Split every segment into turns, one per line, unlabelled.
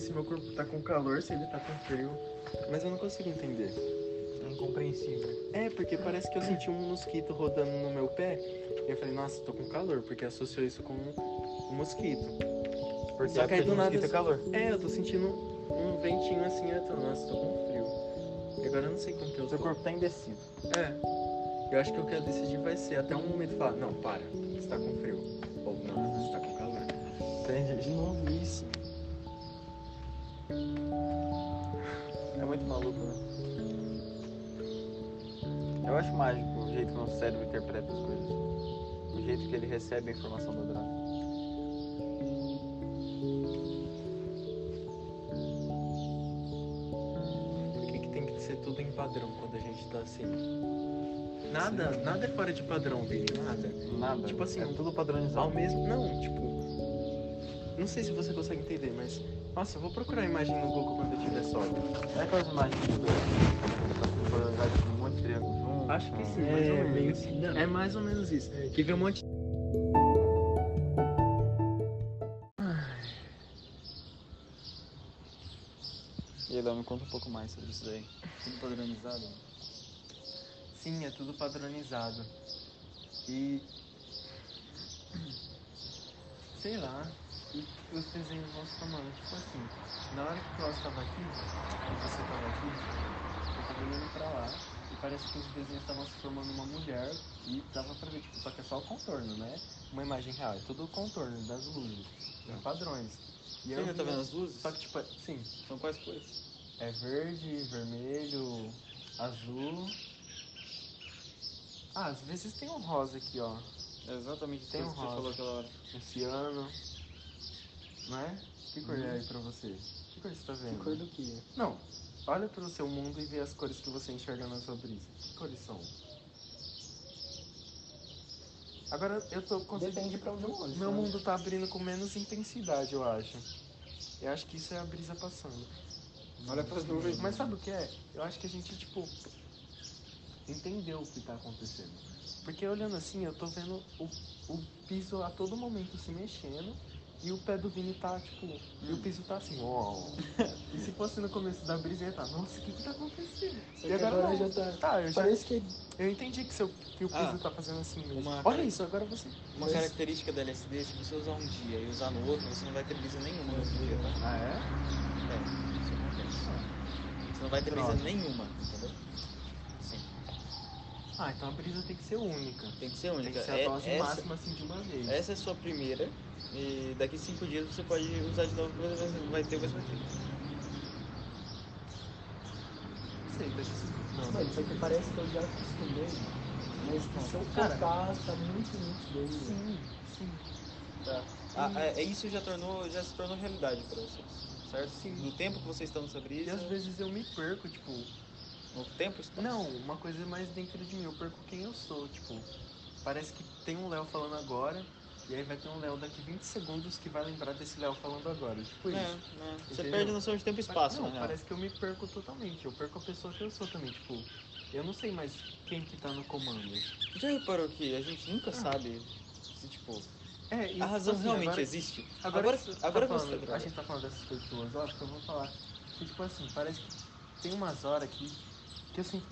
se meu corpo tá com calor, se ele tá com frio. Mas eu não consigo entender.
Incompreensível.
É, porque parece que eu senti um mosquito rodando no meu pé. E eu falei, nossa, tô com calor, porque associou isso com um mosquito.
Porque
Só
a época
que aí
de
do nada
mosquito é
isso-
calor.
É, eu tô sentindo um ventinho assim, eu tô, nossa, tô com frio. E agora eu não sei como que eu
Seu
tô.
corpo tá indeciso.
É. Eu acho que o que eu decidir vai ser até um momento falar, não, para, você tá com frio. Ou não, você tá com calor.
Entendi. De novo isso. É muito maluco, né? Eu acho mágico o jeito que o nosso cérebro interpreta as coisas. O jeito que ele recebe a informação da droga.
Por que, que tem que ser tudo em padrão quando a gente tá assim? Nada, nada é fora de padrão, Vini, nada.
Nada.
Tipo assim,
é tudo padronizado.
Ao mesmo. Não, tipo. Não sei se você consegue entender, mas. Nossa, eu vou procurar a imagem no Google quando eu tiver sóbrio.
É aquelas imagens de dois. Padronizadas com um monte de triângulo junto.
Acho que sim,
com-
mais ou
É,
menos.
meio que não.
É mais ou menos isso. Que vê um monte.
E aí, Léo, me conta um pouco mais sobre isso daí. Tudo padronizado?
Sim, é tudo padronizado. E. Sei lá. E os desenhos vão se tomando. Tipo assim, na hora que o Klaus tava aqui, e você tava aqui, eu tava olhando pra lá. E parece que os desenhos estavam se formando uma mulher. E dava pra ver, tipo, só que é só o contorno, né? Uma imagem real. É tudo o contorno das luzes. Os padrões. E eu vi-
as luzes?
Só que, tipo, sim.
São quais cores?
É verde, vermelho, azul. Ah, às vezes tem um rosa aqui, ó.
É exatamente
Tem um rosa.
aquela hora.
Um ciano. Não é? Que cor é aí pra você? Que cor você tá vendo?
Hum. Que cor do que?
Não. Olha pro seu mundo e vê as cores que você enxerga na sua brisa. Que cores são? Agora eu tô conseguindo.
Depende pra onde eu olho.
Meu
sabe?
mundo tá abrindo com menos intensidade, eu acho. Eu acho que isso é a brisa passando.
Olha pras nuvens.
Mas sabe o que é? Eu acho que a gente, tipo, entendeu o que tá acontecendo. Porque olhando assim, eu tô vendo o, o piso a todo momento se mexendo e o pé do Vini tá, tipo, e o piso tá assim, ó. e se fosse no começo da brisa, ia tá, nossa, o que que tá acontecendo?
Só
E
que
agora
agora
não.
já tá.
Tá, eu já.
Parece que
Eu entendi que, seu, que o piso
Ah,
tá fazendo assim. mesmo.
uma-
Olha isso, agora você.
Uma
Mas-
característica da LSD, se você usar um dia e usar no outro, você não vai ter brisa nenhuma no outro dia, tá?
Ah, é?
É, isso acontece. Você não vai ter brisa
Droga.
nenhuma, entendeu? Sim.
Ah, então a brisa tem que ser única.
Tem que ser
Tem
única.
que ser a
É-
dose
essa,
máxima assim de uma vez.
essa é a sua primeira. E daqui cinco dias você pode usar de novo, mas você vai ter o mesmo tipo. efeito.
Não sei, deixa eu...
Mano, isso aqui parece que eu já acostumei. né? Mas se eu
Cara.
focar, tá muito nítido aí. né?
Sim, sim.
Ah, é, isso já, tornou, já se tornou realidade pra vocês, certo?
Sim.
Do tempo que vocês estão nessa
E
brisa,
às vezes eu me perco, tipo...
no tempo espaço.
Não, uma coisa é mais dentro de mim, eu perco quem eu sou, tipo... Parece que tem um Léo falando agora, e aí vai ter um Léo daqui 20 segundos que vai lembrar desse Léo falando agora, tipo
É,
isso.
é. Você
Entendeu?
perde a noção de tempo e espaço, né?
não,
na real.
parece que eu me perco totalmente, eu perco a pessoa que eu sou também, tipo... Eu não sei mais quem que tá no comando.
Já reparou que a gente nunca sabe se, tipo,
É, Ah. e,
a razão
assim,
realmente
agora-
existe?
Agora,
Agora-
que você
agora
tá
você
falando,
tá
a gente tá falando dessas coisas filosóficas, eu vou falar. Que, tipo assim, parece que tem umas horas aqui que assim.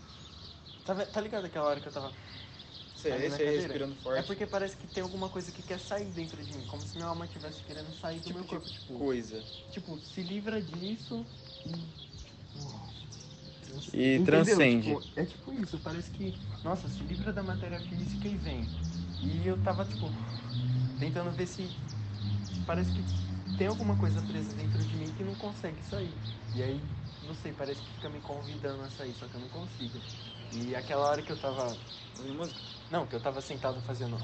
Tá, ve- tá ligado aquela hora que eu tava.
Você,
Ali na
você
cadeira.
respirando
É
forte.
porque parece que tem alguma coisa que quer sair dentro de mim, como se minha alma estivesse querendo sair do
Tipo
meu
de
corpo. Tipo,
coisa.
tipo, se livra disso
E
Entendeu? Tipo, é tipo isso, parece que, nossa, se livra da matéria física e vem. E eu tava, tipo, tentando ver se. Parece que tem alguma coisa presa dentro de mim que não consegue sair. E aí, não sei, parece que fica me convidando a sair, só que eu não consigo. E aquela hora que eu tava.
Ouvindo música.
Não, que eu tava sentado fazendo.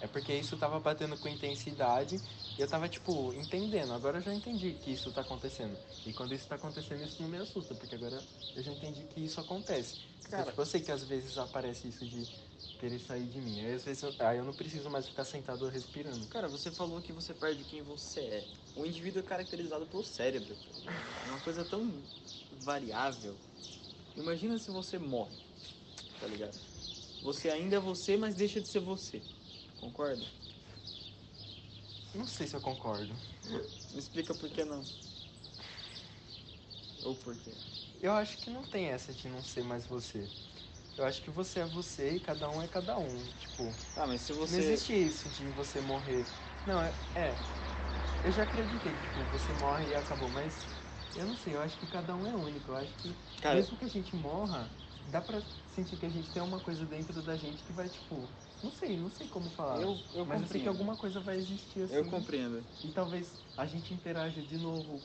É porque isso tava batendo com intensidade e eu tava, tipo, entendendo. Agora eu já entendi que isso tá acontecendo. E quando isso tá acontecendo, isso não me assusta, porque agora eu já entendi que isso acontece. Porque,
Cara.
tipo, eu sei que às vezes aparece isso de querer sair de mim. Aí, às vezes, eu, aí eu não preciso mais ficar sentado respirando.
Cara, você falou que você perde quem você é. O indivíduo é caracterizado pelo cérebro. É uma coisa tão variável. Imagina se você morre, tá ligado? Você ainda é você, mas deixa de ser você. Concorda?
Não sei se eu concordo.
Me explica por que não. Ou por quê?
Eu acho que não tem essa de não ser mais você. Eu acho que você é você e cada um é cada um. Tipo,
Tá, mas se
não
você.
existe isso de você morrer. Não, é, é. Eu já acreditei que tipo, você morre e acabou, mas eu não sei, eu acho que cada um é único. Eu acho que
Cara,
mesmo que a gente morra, dá pra sentir que a gente tem uma coisa dentro da gente que vai, tipo, não sei, não sei como falar.
eu,
mas eu sei
eu
que
compreendo.
alguma coisa vai existir assim.
Eu compreendo.
E talvez a gente interaja de novo.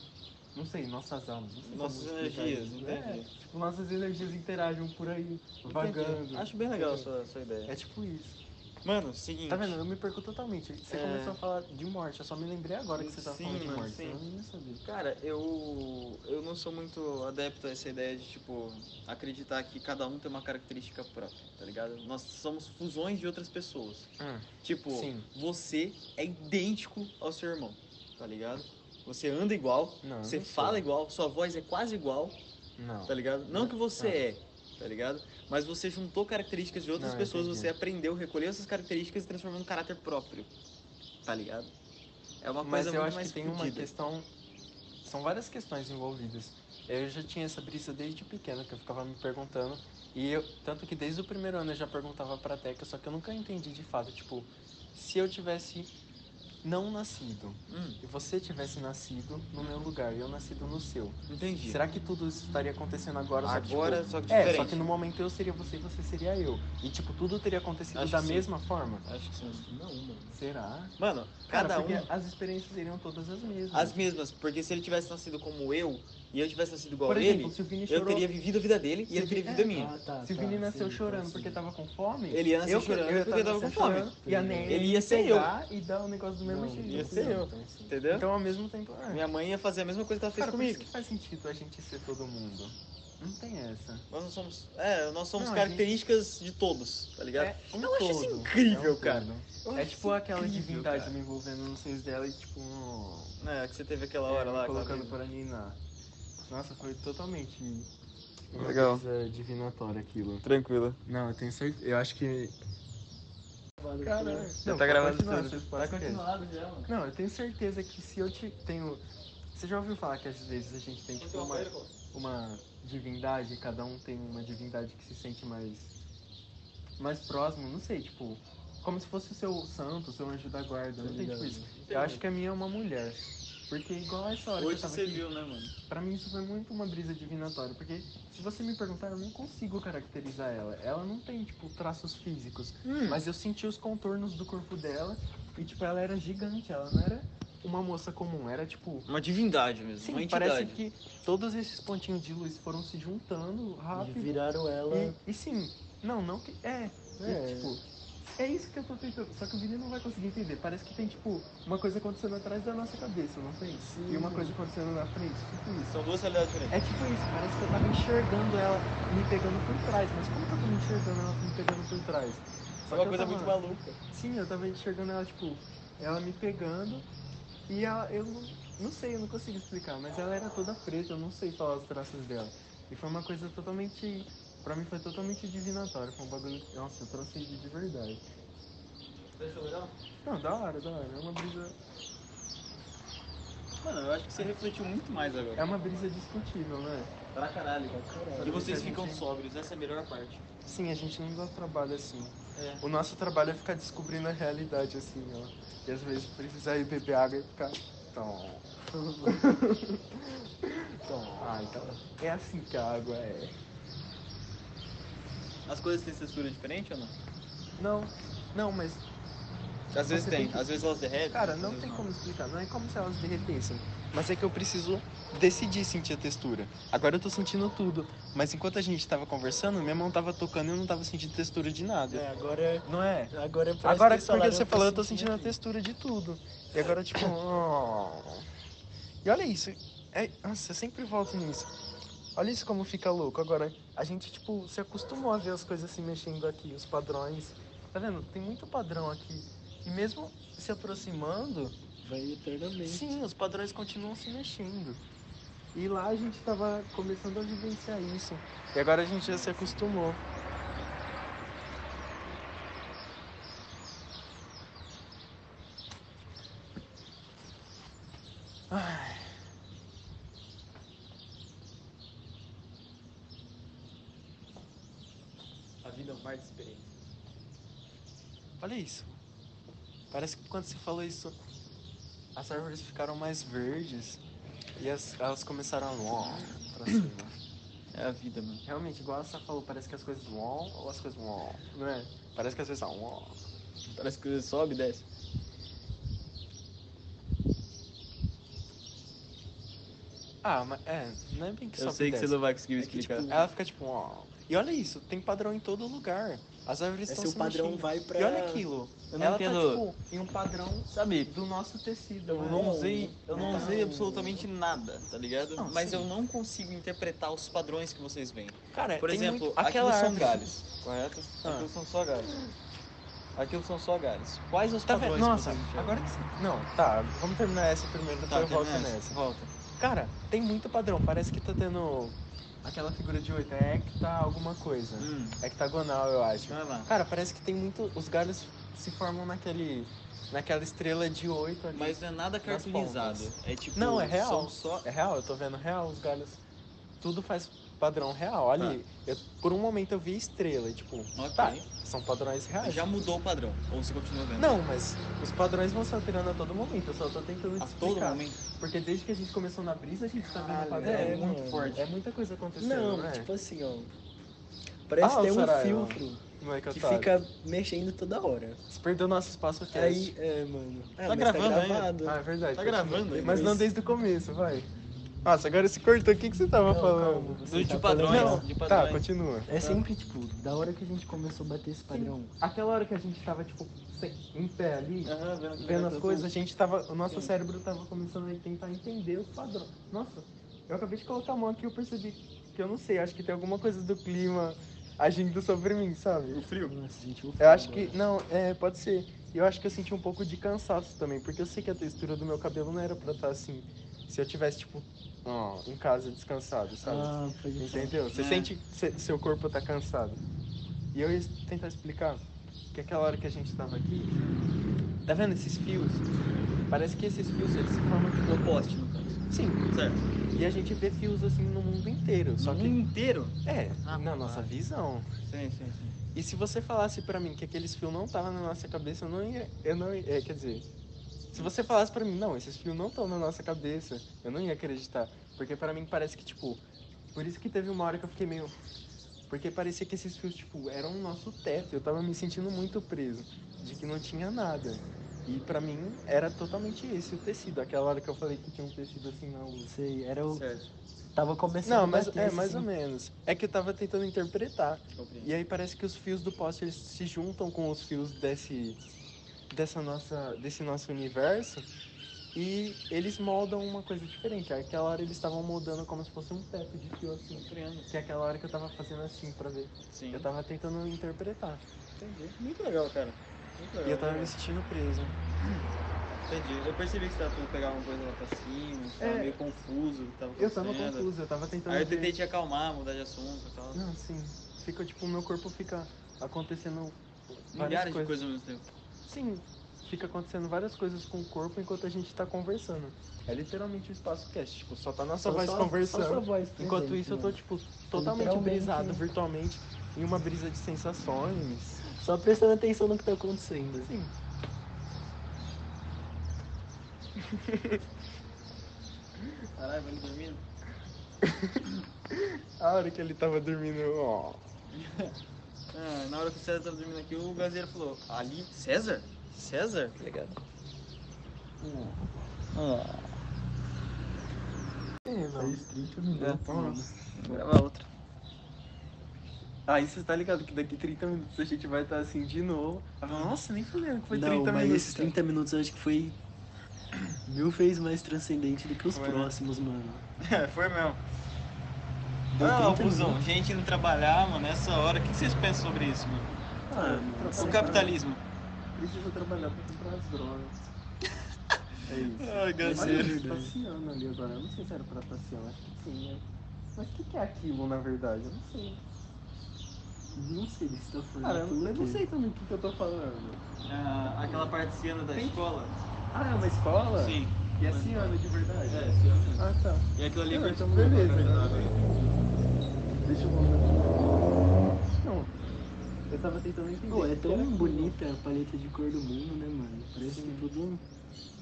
Não sei, nossas almas. não sei
Nossas
como explicar
energias,
isso.
entendi.
É, tipo, nossas energias interagem por aí, vagando.
Acho bem legal a sua, sua ideia.
É tipo isso.
Mano, seguinte.
Tá vendo? Eu me perco totalmente. Você
É.
começou a falar de morte, eu só me lembrei agora que você tava
Sim,
falando de
mano,
morte.
sim.
Eu não ia saber.
Cara, eu, eu não sou muito adepto a essa ideia de, tipo, acreditar que cada um tem uma característica própria, tá ligado? Nós somos fusões de outras pessoas.
Ah,
Tipo,
Sim.
você é idêntico ao seu irmão, tá ligado? Você anda igual,
Não, eu
você
Ah, não sou.
fala igual, sua voz é quase igual,
Não.
tá ligado? Não que você
Ah.
é, tá ligado? Mas você juntou características de outras
Não, eu
pessoas,
entendi.
você aprendeu, recolheu essas características e transformou num caráter próprio, tá ligado? É uma
Mas
coisa
eu
muito
acho
mais
que tem uma
fodida.
questão. São várias questões envolvidas. Eu já tinha essa brisa desde pequeno, que eu ficava me perguntando. E eu, tanto que desde o primeiro ano eu já perguntava pra Teca, só que eu nunca entendi de fato, tipo, se eu tivesse não nascido
Hum,
e você tivesse nascido no meu lugar e eu nascido no seu,
entendi.
será que tudo isso estaria acontecendo agora? só que, tipo,
Agora, só que
é,
diferente.
só que no momento eu seria você e você seria eu. E, tipo, tudo teria acontecido
Acho
da
que sim.
mesma forma?
Acho que sim.
Não, mano.
Será?
Mano,
Cara,
cada
porque
um
As experiências seriam todas as mesmas.
as mesmas, porque se ele tivesse nascido como eu e eu tivesse nascido igual
Por
a
exemplo,
ele,
se o Vini
eu
chorou, É,
teria vivido a vida dele e
Se
ele
o
teria
Vini-
vivido a minha.
Ah, tá,
se o
tá,
Vini nasceu
sim,
chorando
sim.
porque tava com fome,
Ele ia nascer
eu,
chorando
eu ia
porque
tá
tava com
nascendo
fome.
chorando, E a Nene
Ele ia ser
pegar e dar o negócio do mesmo
Não,
jeito.
ia ser
não,
eu.
então, assim.
Entendeu?
Então, ao mesmo tempo, ah,
Minha mãe ia fazer a mesma coisa que ela fez
cara, por isso
comigo.
que faz sentido a gente ser todo mundo. Não tem essa.
Nós não somos. É, nós somos
Não, a gente-
características de todos, tá ligado?
um
eu acho isso
todo,
incrível,
é um
cara.
todo.
Eu
É
acho
tipo
isso
aquela
incrível,
divindade
cara.
me envolvendo nos seios dela e tipo... um-
É, que você teve aquela hora
é,
lá. aquela
Colocando
vez.
pra ninar. Nossa, foi totalmente... uma
Legal.
coisa divinatória aquilo.
Tranquilo.
Não, eu tenho certeza. Eu acho que.
Valeu,
Caralho.
foi-
Não,
tá
pode
gravando
continuar,
tudo.
vocês
Tá
podem continuar.
continuado já, mano.
Não, eu tenho certeza que se eu te tenho. Você já ouviu falar que às vezes a gente tem tipo, uma, uma divindade, cada um tem uma divindade que se sente mais. mais próximo, não sei, tipo. Como se fosse o seu santo, o seu anjo da guarda, não tem tipo isso. Eu acho que a minha é uma mulher. Porque igual essa hora que
Hoje
eu tava
você
aqui,
viu, né, mano?
Pra mim isso foi muito uma brisa divinatória, porque se você me perguntar, eu não consigo caracterizar ela. Ela não tem, tipo, traços físicos. Mas eu senti os contornos do corpo dela e, tipo, ela era gigante, ela não era uma moça comum, era tipo.
Uma divindade mesmo, uma
Sim,
entidade.
parece que todos esses pontinhos de luz foram se juntando
E
rápido.
viraram ela.
E, e sim, não, não que. É, é,
É.
tipo. É isso que eu tô tentando. Só que o Vini não vai conseguir entender. Parece que tem, tipo, uma coisa acontecendo atrás da nossa cabeça, não tem?
Sim.
E uma coisa acontecendo na frente, tipo isso.
São duas realidades diferentes.
É tipo isso, parece que eu tava enxergando ela me pegando por trás, mas como que eu tava enxergando ela me pegando por trás?
É
Só que
uma
eu
coisa
tava-
muito maluca.
Sim, eu tava enxergando ela, tipo, ela me pegando e ela, eu não, não sei, eu não consigo explicar, mas ela era toda preta, eu não sei falar os traços dela. E foi uma coisa totalmente, pra mim foi totalmente divinatória, foi um bagulho, nossa, eu transcendi de verdade. Não, da hora, da hora, é uma brisa,
Mano, eu acho que você refletiu muito mais agora.
é uma brisa discutível, né?
Pra caralho, cara.
Caralho.
E vocês ficam sóbrios, essa é a melhor parte.
Sim, a gente não dá trabalho assim.
É.
O nosso trabalho é ficar descobrindo a realidade, assim, ó. E às vezes precisar ir beber água e ficar. Tom. Tom. Ah, então. É assim que a água é.
As coisas têm textura diferente ou não?
Não, não, mas.
Às vezes
Você
tem,
tem que-
às vezes elas derretem.
Cara,
às
não
vezes
tem como explicar. Não é como se elas derretessem. Mas é que eu preciso decidir sentir a textura. Agora eu tô sentindo tudo. Mas enquanto a gente tava conversando, minha mão tava tocando e eu não tava sentindo textura de nada.
É, agora é.
Não é?
Agora é pra
Agora
isso que
porque
falaram, assim, né,
você falou, eu tô
sentindo
sentindo a
aqui.
textura de tudo. E agora, tipo. oh. E olha isso. É, nossa, eu sempre volto nisso. Olha isso como fica louco. Agora, a gente, tipo, se acostumou a ver as coisas se mexendo aqui, os padrões. Tá vendo? Tem muito padrão aqui. E mesmo se aproximando,
Vai eternamente.
sim, os padrões continuam se mexendo. E lá a gente tava começando a vivenciar isso. E agora a gente já se acostumou.
vida é um mar de experiência.
Olha isso. Parece que quando você falou isso, as árvores ficaram mais verdes e as, elas começaram a lom pra cima.
É a vida, mano.
Realmente, igual a Sá falou, parece que as coisas lom ou as coisas lom, não é? Parece que as coisas lom.
Parece que sobe e desce.
Ah, mas é, não é bem que
Eu
sobe
sei
e
que você
desce.
não vai conseguir me
É que,
explicar.
tipo, ela fica tipo, ó. E olha isso, tem padrão em todo lugar. As árvores
É
estão
seu
se
padrão
mexendo.
vai pra.
E olha aquilo.
Eu não
Ela
entendo.
tá tipo em um padrão
Sabe,
do nosso tecido.
eu
né?
não usei, eu não
Não.
usei absolutamente nada, tá ligado?
Não,
Mas
sim.
eu não consigo interpretar os padrões que vocês veem.
Cara,
Por
É, tem
exemplo,
muito-
aquilo
aquela
são
árvore.
galhos, correto?
Ah.
Aquilo são só galhos. Aquilo são só galhos. Quais os
Tá
padrões
vendo?
que
Nossa,
vocês enxergam?
agora que você... Não, tá, vamos terminar essa primeiro,
Tá,
depois eu volto
termina essa,
nessa.
Volta.
Cara, tem muito padrão, parece que tá tendo aquela figura de oito, é hecta alguma coisa.
Hum,
Hectagonal, eu acho.
vai lá.
Cara, parece que tem muito... Os galhos se formam naquele... Naquela estrela de oito ali.
Mas não é nada cartoonizado. É tipo,
Não, é real.
são só
É real, eu tô vendo real os galhos. Tudo faz padrão real.
Tá.
Olha, aí, eu- por um momento eu vi estrela, e tipo,
Ok.
tá, são padrões reais.
Já mudou o padrão. Ou você continua vendo?
Não, mas os padrões vão se alterando a todo momento, eu só tô tentando te
A todo
explicar.
momento.
Porque desde que a gente começou na brisa, a gente tá vendo
Caralho,
padrão.
é
muito
muito
forte. É muita coisa acontecendo,
Não,
né?
tipo assim, ó. Parece
Ah,
ter
o
um
Saraiva.
filtro
Não é que eu
que
tava.
fica mexendo toda hora.
Se perdeu nosso espaço aqui.
Aí, é, mano. É,
Tá
mas
gravando
tá
ainda?
gravado.
Ah, é verdade.
Tá
continua.
gravando aí,
Mas não
mas-
desde o começo, vai. Nossa, agora se cortou, o que, que você tava
Não,
falando?
calma, você
Do- né?
tá
de
falando-
padrões,
Não,
de
Tá,
padrões.
continua.
É sempre, tipo, da hora que a gente começou a bater esse padrão.
Aquela hora que a gente tava, tipo, sem- em pé ali,
Aham, vendo
vendo
aquilo que
as
tá
coisas, a gente tava. O nosso
Sim.
cérebro tava começando a tentar entender os padrões. Nossa, eu acabei de colocar a mão aqui e eu percebi que eu não sei, acho que tem alguma coisa do clima agindo sobre mim, sabe?
acontecendo. O frio.
Nossa, gente, eu
Eu acho que. Não, é, pode ser. E eu acho que eu senti um pouco de cansaço também, porque eu sei que a textura do meu cabelo não era pra estar assim. Se eu tivesse, tipo, ó, em casa descansado, sabe?
Ah, foi isso.
Entendeu? Você
É.
sente que seu corpo tá cansado. E eu ia tentar explicar que aquela hora que a gente tava aqui, tá vendo esses fios? Parece que esses fios eles se formam aqui
No
do
poste, no caso.
Sim,
Certo.
e a gente vê fios assim no mundo inteiro, só
Só que
que
inteiro?
é,
Hum. Ah,
na nossa
tá.
visão.
Sim, sim, sim.
E se você falasse pra mim que aqueles fios não estavam na nossa cabeça, eu não ia, eu não ia, é, quer dizer, se você falasse pra mim, não, esses fios não estão na nossa cabeça, eu não ia acreditar, porque pra mim parece que tipo, por isso que teve uma hora que eu fiquei meio porque parecia que esses fios tipo eram o nosso teto, eu tava me sentindo muito preso de que não tinha nada. E pra mim era totalmente esse o tecido, aquela hora que eu falei que tinha um tecido assim na luz.
Não sei, era o.
Certo.
Tava começando
Não,
a
mas
bater assim,
é
esse-
mais ou menos. É que eu tava tentando interpretar
Compreendo.
e aí parece que os fios do poste eles se juntam com os fios desse dessa nossa desse nosso universo e eles moldam uma coisa diferente. Aquela hora eles estavam moldando como se fosse um teto de fio assim.
Compreendo.
Que é aquela hora que eu tava fazendo assim pra ver.
Sim.
Eu tava tentando interpretar.
Entendi. Muito legal, cara. Muito legal.
E eu tava me
muito
sentindo preso.
legal. Entendi. Eu percebi que você tava tentando pegar uma coisa lá pra cima, você tava
É.
meio confuso. que Tava
Eu tava
acontecendo.
confuso, eu tava tentando.
Aí eu
ver-
tentei te acalmar, mudar de assunto e tal.
Não, sim. Fica tipo, meu corpo fica acontecendo várias
Milhares de
coisas.
coisas ao mesmo tempo.
Sim, fica acontecendo várias coisas com o corpo enquanto a gente tá conversando. É literalmente o espaço cast, tipo, só tá nossa voz conversando.
só sua voz
Enquanto
presente,
isso eu tô,
mano.
tipo, totalmente
Literalmente.
brisado virtualmente em uma brisa de sensações.
Só prestando atenção no que tá acontecendo.
Sim.
Caralho, vai dormindo.
A hora que ele tava dormindo, eu, ó.
Ah, na hora que o César tava dormindo aqui, o Gazeiro falou, ali, César? César?
Tá
Hum.
Obrigado.
Ah,
É, não.
Faz 30 minutos.
Nossa.
mano.
vou gravar outra.
Aí você tá ligado que daqui 30 minutos a gente vai estar assim de novo. Aí fala, Nossa, nem fudendo que foi
não,
30
mas
minutos.
esses 30 minutos eu acho que foi mil vezes mais transcendente do que os
Foi, né?
próximos, mano.
É, foi mesmo.
Deu
Não,
um,
30
né?
Fusão, gente indo trabalhar, mano, nessa hora. O que vocês pensam sobre isso, mano?
Ah, mano.
assim,
O capitalismo.
Precisa trabalhar pra comprar as drogas.
É isso.
Ai,
Mas é
Gazeiro.
verdade.
Passeando ali agora. Eu não sei se era pra passear, acho que sim, né? Mas o que, que é aquilo, na verdade? Eu não sei.
Não sei se tá falando.
Cara, eu,
tudo
eu não
aqui.
sei também o que, que eu tô falando.
Ah, aquela parte ciana da
Tem-
escola.
Ah, é uma escola?
Sim.
E é ciano de verdade?
É, ciana.
Ah, tá.
E aquilo ali
Ah,
foi
então beleza. Deixa eu voltar. Não. Eu tava tentando entender.
Pô, é
o que era
tão
aquilo.
bonita a paleta de cor do mundo, né, mano? Parece
Sim.
tudo um.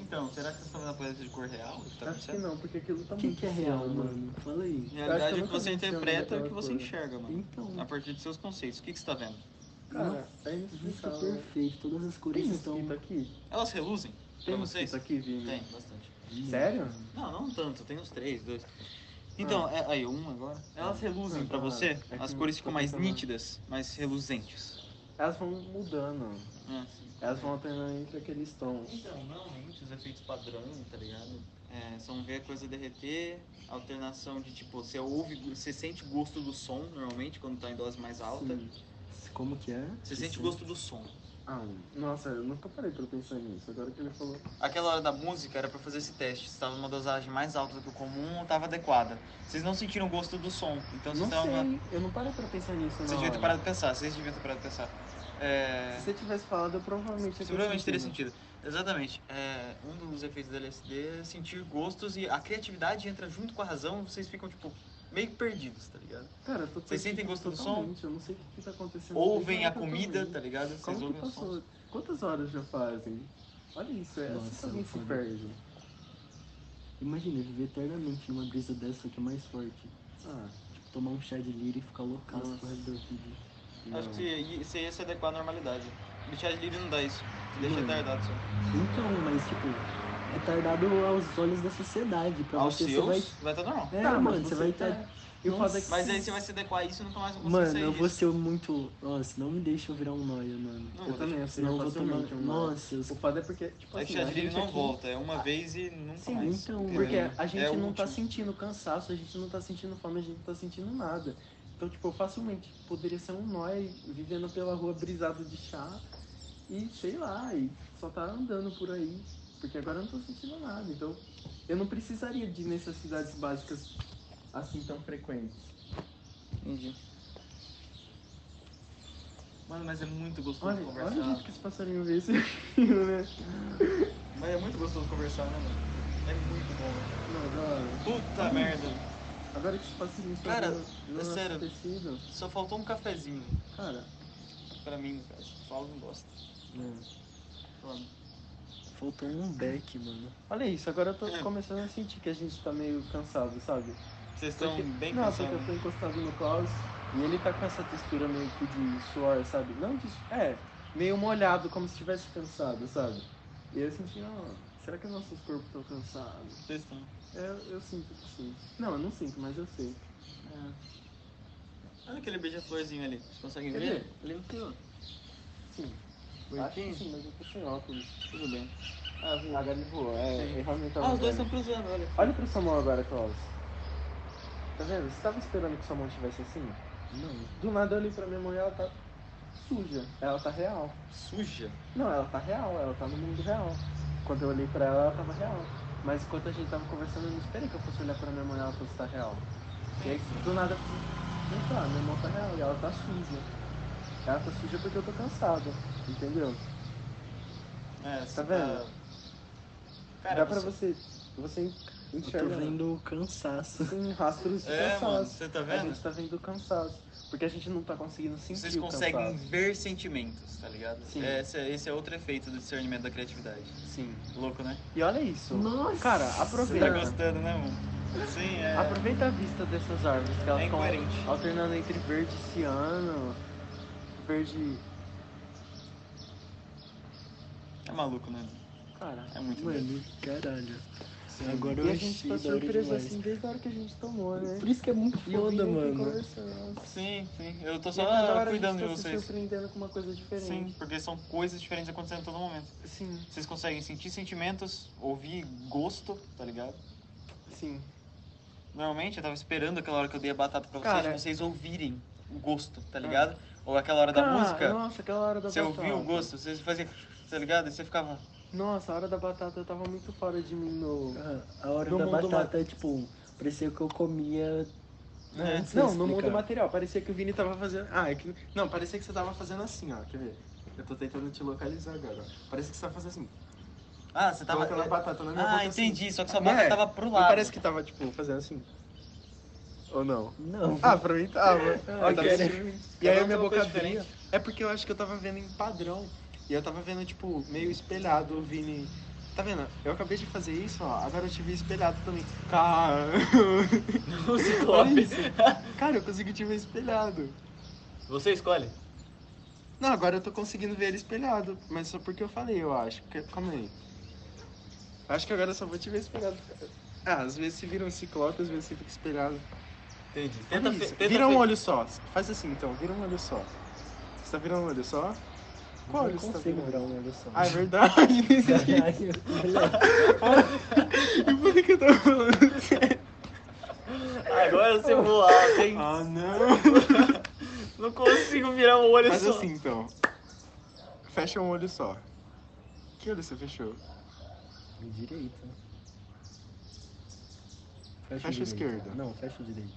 Então, será que vocês estão vendo a paleta de cor real? O que tá
Acho que
acontecendo?
não, porque aquilo tá
O que,
muito
que é real,
céu,
mano? Fala aí.
Realidade é
eu
o que
nunca
você
vi um filme
interpreta, é o que
daquela
você
cor.
enxerga, mano.
Então,
A partir dos seus conceitos. O que, que você tá vendo?
Cara, é
vista
inexplicável.
perfeito. Todas as cores
Tem
estão.
mosquito aqui?
Elas reluzem?
Tem
pra vocês?
mosquito aqui, Vini?
Tem, bastante.
Sério?
Não, não tanto, tem uns três, dois. Então, é- aí, um agora. Elas reluzem
Ah,
pra
tá.
você,
É que
as
eu
cores
tô
ficam mais
tentando-
nítidas, mais reluzentes.
Elas vão mudando.
né?
Elas vão alternando entre aqueles tons.
Então, normalmente os efeitos padrão, tá ligado? É, são ver a coisa derreter, alternação de tipo, você ouve, você sente gosto do som, normalmente, quando tá em dose mais alta.
Sim. Como que é?
Você sente
Sim.
gosto do som.
Ah, nossa, eu nunca parei pra pensar nisso. Agora que ele falou.
Aquela hora da música era pra fazer esse teste. Se tava numa dosagem mais alta do que o comum, tava adequada. Vocês não sentiram gosto do som, então vocês
não sei,
estavam. na-
eu não parei pra pensar nisso.
Vocês
na
deviam ter
hora.
parado de pensar, vocês deviam ter parado de pensar. É.
Se você tivesse falado, eu né? provavelmente
Isso provavelmente teria sentido. Exatamente. É, um dos efeitos do LSD é sentir gostos e a criatividade entra junto com a razão, vocês ficam, tipo, meio perdidos, tá ligado?
Cara, eu tô
Vocês sentem gosto do som?
totalmente, Eu não sei o que, que tá acontecendo.
Ouvem a
Agora
comida, tá
totalmente.
ligado? Vocês
Como que
ouvem os
passou?
sons.
Quantas horas já fazem? Olha isso, é assim que
Nossa,
alguém se
mano.
perde.
Imagina viver eternamente numa brisa dessa só que é mais forte.
Ah,
Tipo, tomar um chá de lira e ficar loucaço
Nossa.
pro resto da vida.
não.
Acho que você ia- você ia se adequar à normalidade. Deixar de livre não dá isso. Deixa
Mano.
retardado só.
Então, mas tipo, é tardado aos olhos da sociedade. Pra
Aos
você,
seus,
você
vai...
vai.
estar normal.
É,
Tá, mas
mano, você
você
vai
tá-
estar.
E o foda é que-
Mas aí você vai se adequar a isso e nunca mais vai conseguir
Mano,
sair
eu vou
disso.
ser muito. Nossa, não me deixa eu virar um nóia, mano.
Não,
eu também, eu seria
Senão eu vou tomar.
facilmente um nóia.
Nossa, eu
O foda é porque, tipo
É
assim,
que
a
chá de livre
gente
não
aqui-
volta, é uma vez e nunca
Ah, Sim,
mais.
então,
entendeu?
Porque
É
a gente
o
não tá
último.
sentindo cansaço, a gente não tá sentindo fome, a gente não tá sentindo nada. Então, tipo, eu facilmente poderia ser um nóia vivendo pela rua brisado de chá e sei lá, e só tá andando por aí. Porque agora eu não tô sentindo nada. Então, eu não precisaria de necessidades básicas assim tão frequentes.
Entendi. Mano, mas é muito gostoso
Olha, olha o
conversar.
jeito que esse passarinho vê esse filme, né?
Mas é muito gostoso conversar, né, mano? É muito bom.
Não, da hora.
Puta merda.
Agora que esse passarinho tá
Cara,
no, no
é
nosso
sério.
tecido,
Só faltou um cafezinho
cara,
pra mim, cara. Fala um não gosta.
é.
Mano.
Faltou um beck, mano.
olha isso, agora eu tô começando a sentir que a gente tá meio cansado, sabe?
Vocês estão
Porque-
bem
não, porque
cansados.
eu tô
né?
encostado no Klaus e ele tá com essa textura meio que de suor, sabe? Não de su- é, meio molhado, como se estivesse cansado, sabe? E eu senti, ó, será que nossos corpos estão cansados?
Vocês estão.
É, eu sinto que sim. Não, eu não sinto, mas eu sei.
Olha Ah, aquele beija-florzinho ali. Vocês conseguem
Quer
ver?
ver?
Ali no teu.
Sim.
Oi,
é um Acho
quem?
que sim, mas eu tô sem óculos.
Tudo bem.
Ah, viu? Agora ele voou, é, eu realmente tava
Ah, os dois
vendo.
estão cruzando, olha.
Olha pra sua mão agora, Klaus. Tá vendo? Você tava esperando que sua mão estivesse assim?
Não.
Do nada eu olhei pra minha mão e ela tá suja. Ela tá real.
Suja.
Não, ela tá real, ela tá no mundo real. Quando eu olhei pra ela, ela tava é real. Mas enquanto a gente tava conversando, eu não esperei que eu fosse olhar pra minha mão e ela fosse estar real. E aí, do nada, eu falei, não tá, minha mão tá real e ela tá suja. Ela tá suja porque eu tô cansado, entendeu?
É, você
Tá vendo?
Cara,
Dá pra você, você
Eu tô
enxergar
vendo o cansaço.
assim, rastros de
É, mano,
cansaço.
você tá
A
vendo?
gente tá vendo o cansaço. Porque a gente não tá conseguindo sentir
Vocês
o
conseguem
cansaço.
ver sentimentos, tá ligado?
Sim.
Esse, é- esse é outro efeito do discernimento da criatividade.
Sim.
Louco, né?
E olha isso.
Nossa!
Cara,
Você tá
aproveita.
gostando, né, mano? Sim, é.
Aproveita a vista dessas árvores que elas
É
estão
incoerente.
alternando entre verde ciano, verde.
É maluco, né?
Cara.
É muito doido.
Mano, caralho.
Sim.
Agora
E
eu
a gente
achei
tá
da hora
surpreso
demais.
assim desde a hora que a gente tomou, né?
Por isso que é muito foda,
Ouvindo aqui
mano.
conversando.
Sim, sim. Eu tô
E
só
a cada hora
ah, cuidando de
a gente tá se
vocês.
surpreendendo com uma coisa
Sim,
diferente.
porque são coisas diferentes acontecendo a todo momento.
Sim,
Vocês conseguem sentir sentimentos, ouvir gosto, tá ligado?
sim.
Normalmente eu tava esperando aquela hora que eu dei a batata pra vocês,
Cara. Ah.
vocês ouvirem o gosto, tá ligado? Ou aquela hora da
Cara,
música,
Nossa, aquela hora da
você
batata.
ouvia o gosto, vocês faziam, tá ligado? E você ficava.
Nossa, a hora da batata tava muito fora de mim no.
Ah, A hora
No
da
mundo
batata é tipo, parecia que eu comia.
É.
sei
Né? Não, no mundo
explicar.
material. Parecia que o Vini tava fazendo. Ah, é que. Não, parecia que você tava fazendo assim, ó. Quer ver? Eu tô tentando te localizar agora. Parecia que você tava fazendo assim.
Ah, você tava.
Colocando a batata na minha
Ah,
boca, assim.
entendi, só que sua boca
É,
tava pro
Não
lado.
parece que tava, tipo, fazendo assim. Ou Ah, não?
Não.
Ah, pra mim tava. Ó,
eu
tava
quero-
assim. E aí a minha boca abria.
diferente.
É porque eu acho que eu tava vendo em padrão. E eu tava vendo, tipo, meio espelhado o Vini. Tá vendo? Eu acabei de fazer isso, ó. Agora eu te vi espelhado também. Cara.
O
Olha
Ciclope.
isso. Cara, eu consegui te ver espelhado.
Você escolhe.
Não, agora eu tô conseguindo ver ele espelhado. Mas só porque eu falei, eu acho. Que- Calma aí. Acho que agora eu só vou te ver espelhado. Ah, às vezes se vira um ciclope, às vezes você fica espelhado.
Entendi.
Olha
Tenta, fe-
isso.
tenta
Vira um
fe-
olho só. Faz assim então, vira um olho só. Você tá virando um olho só? Qual
Eu
olho
não
você tá
consigo
virando?
virar um olho só.
Ah, é verdade.
Caralho, olha.
E por que eu tô falando?
Agora você voar, tem...
Ah, não.
Não consigo virar um olho
Faz
só.
assim então. Fecha um olho só. Que olho você fechou?
O direito.
Fecha o
direito.
esquerdo.
Não, fecha o direito.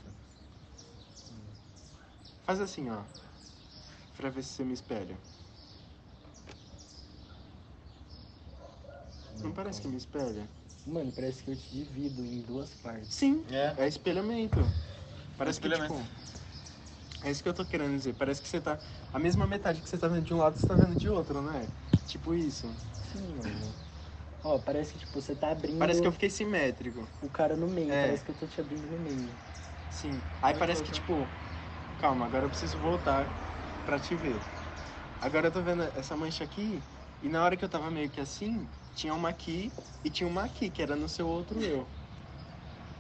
Faz assim, ó. Pra ver se você me espelha. Não parece que me espelha?
Mano, parece que eu te divido em duas partes.
Sim.
É.
É espelhamento. Parece que, tipo...
Espelhamento.
É isso que eu tô querendo dizer. Parece que você tá... A mesma metade que você tá vendo de um lado, você tá vendo de outro, não é? Tipo isso.
Sim, mano. Ó, parece que tipo, você tá abrindo
Parece que eu fiquei simétrico.
o cara no meio.
É.
Parece que eu tô te abrindo no meio.
Sim. Aí
Vai,
parece que,
poxa.
tipo... Calma, agora eu preciso voltar pra te ver. Agora eu tô vendo essa mancha aqui. E na hora que eu tava meio que assim, tinha uma aqui e tinha uma aqui, que era no seu outro eu.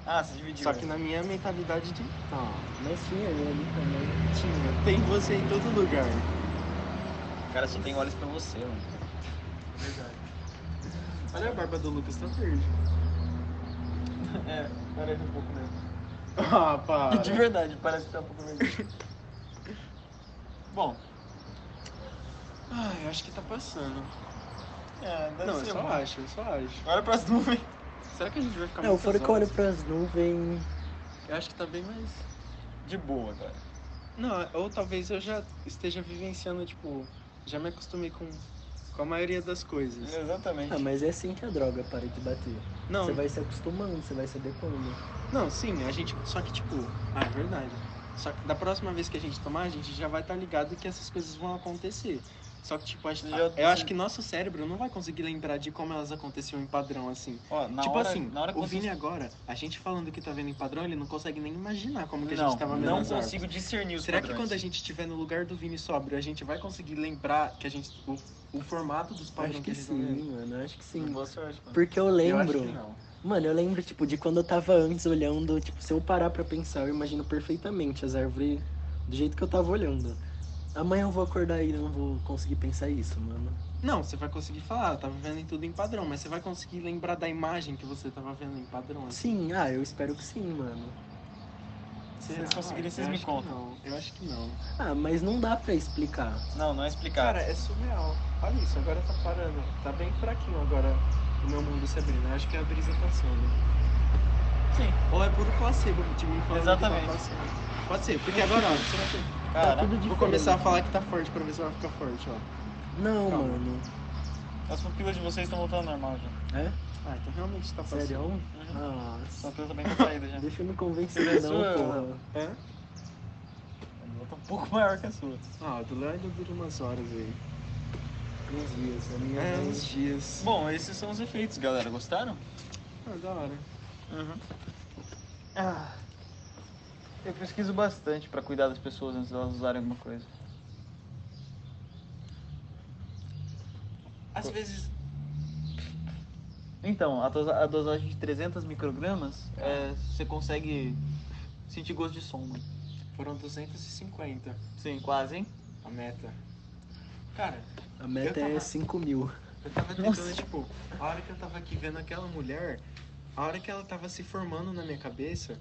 Ah, você dividiu.
Só que na minha mentalidade de... Não,
Mas tinha eu ali também.
tinha. Tem você em todo lugar.
Cara, só tem olhos pra você, mano.
Olha a barba do Lucas, tá verde.
É, parece um pouco mesmo.
Ah, pá.
De verdade, parece que tá um pouco mesmo. Bom,
Ai, acho que tá passando.
é, deve
não, eu
ser
só
bom. é
acho, eu só acho.
Olha pras nuvens.
Será que a gente vai ficar
Não,
muitas
foram que eu olho
horas?
pras nuvens.
Eu acho que tá bem mais...
De boa, cara.
Não, ou talvez eu já esteja vivenciando, tipo... Já me acostumei com, com a maioria das coisas.
Exatamente.
Ah, mas é assim que a droga para de bater.
Não,
Você vai se acostumando, você vai se adequando.
não, sim, a gente... Só que, tipo... Ah, é verdade. Só que da próxima vez que a gente tomar, a gente já vai estar ligado que essas coisas vão acontecer. Só que, tipo, a-
Já-
tá
eu acho que nosso cérebro não vai conseguir lembrar de como elas aconteciam em padrão, assim.
Ó, na
tipo
hora,
assim,
na hora que
o
você-
Vini agora, a gente falando que tá vendo em padrão, ele não consegue nem imaginar como que a
não,
gente tava vendo
não
as árvores.
consigo discernir os
Será que
padrões.
quando a gente estiver no lugar do Vini sóbrio, a gente vai conseguir lembrar que a gente o, o formato dos padrões
Acho que
eles estão vendo?
sim, mano. Acho que sim.
Boa sorte, mano.
Porque eu
um Eu acho
lembro.
que não.
Mano, eu lembro, tipo, de quando eu tava antes olhando, tipo, se eu parar pra pensar, eu imagino perfeitamente as árvores do jeito que eu tava olhando. Amanhã eu vou acordar e não vou conseguir pensar isso, mano.
Não, você vai conseguir falar, eu tava vendo em tudo em padrão, mas você vai conseguir lembrar da imagem que você tava vendo em padrão. assim.
Sim, ah, eu espero que sim, mano.
Se vocês
Ah,
conseguirem,
eu
vocês me
acho que
contam.
não, Eu acho que não.
Ah, mas não dá pra explicar.
Não, não é explicado.
Cara, é surreal. Olha isso, agora tá parando. Tá bem fraquinho agora o meu mundo se abrindo. Eu acho que a brisa tá passando.
sim.
Ou é puro placebo de mim falando
Exatamente.
que tá placebo. Pode ser, porque agora, ó, será que-
Cara,
tá tudo
vou
diferente.
começar a falar que tá forte pra ver se vai ficar forte, ó.
Não,
Calma.
mano.
as pupilas de vocês estão voltando ao normal já.
É?
Ah, então realmente tá passando.
Sério?
Uhum. Sua
Nossa.
pupila também tá saída
É.
já.
Deixa eu me convencer,
Isso
não,
é-
porra.
Hã?
A minha tá um pouco maior que a sua.
Ah, do Leandro dura umas horas aí.
Uns dias, a minha
É,
vez.
uns dias.
Bom, esses são os efeitos, galera. Gostaram?
Ah, da hora.
Uhum. Ah, eu pesquiso bastante pra cuidar das pessoas antes delas usarem alguma coisa.
Às vezes...
Então, a, dosa- a dosagem de 300 microgramas, é, você consegue sentir gosto de som, mano.
Foram 250
Sim, quase, hein?
a meta. Cara,
A meta
Eu tava-
é 5 mil.
eu tava tentando, tipo, a hora que eu tava aqui vendo aquela mulher, a hora que ela tava se formando na minha cabeça,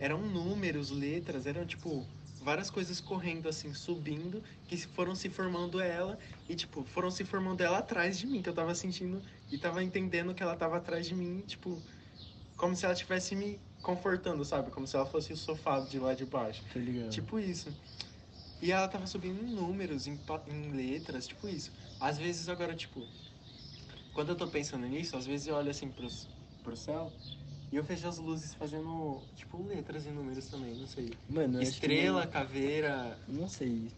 eram números, letras, eram tipo várias coisas correndo assim, subindo, que se- foram se formando ela e tipo, foram se formando ela atrás de mim, que eu tava sentindo e tava entendendo que ela tava atrás de mim, tipo, como se ela estivesse me confortando, sabe? Como se ela fosse o sofá de lá de baixo.
Tô tá ligado.
Tipo isso. E ela tava subindo em números, em, pa- em letras, tipo isso. Às vezes agora, tipo, quando eu tô pensando nisso, às vezes eu olho assim pros, pro céu e eu vejo as luzes fazendo, tipo, letras e números também, não sei.
mano, eu acho que
Estrela, caveira,
Não, não sei.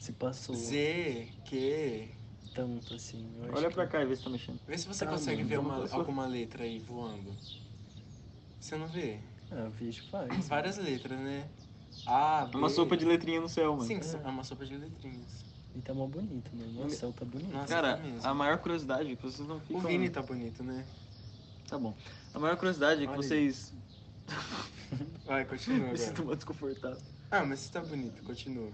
se passou
Z, Q.
tanto assim. eu acho
Olha
que-
pra cá e vê se tá mexendo.
Vê se você
Ah,
consegue
mano,
ver
vamos
uma-
passar.
alguma letra aí voando. Você não vê?
Ah, vejo faz.
Várias letras, né? A, B.
É Uma sopa de letrinha no céu, mano.
Sim,
É.
é uma sopa de letrinhas.
E tá mó bonito, mano. Nossa, o céu tá bonito.
Nossa,
Cara,
tá mesmo.
a maior curiosidade é que vocês não ficam.
O Vini tá bonito, né?
Tá bom. A maior curiosidade é que
Olha aí.
vocês.
Vai, continua
Me sinto
agora.
muito desconfortável.
Ah, mas você tá bonito, continua.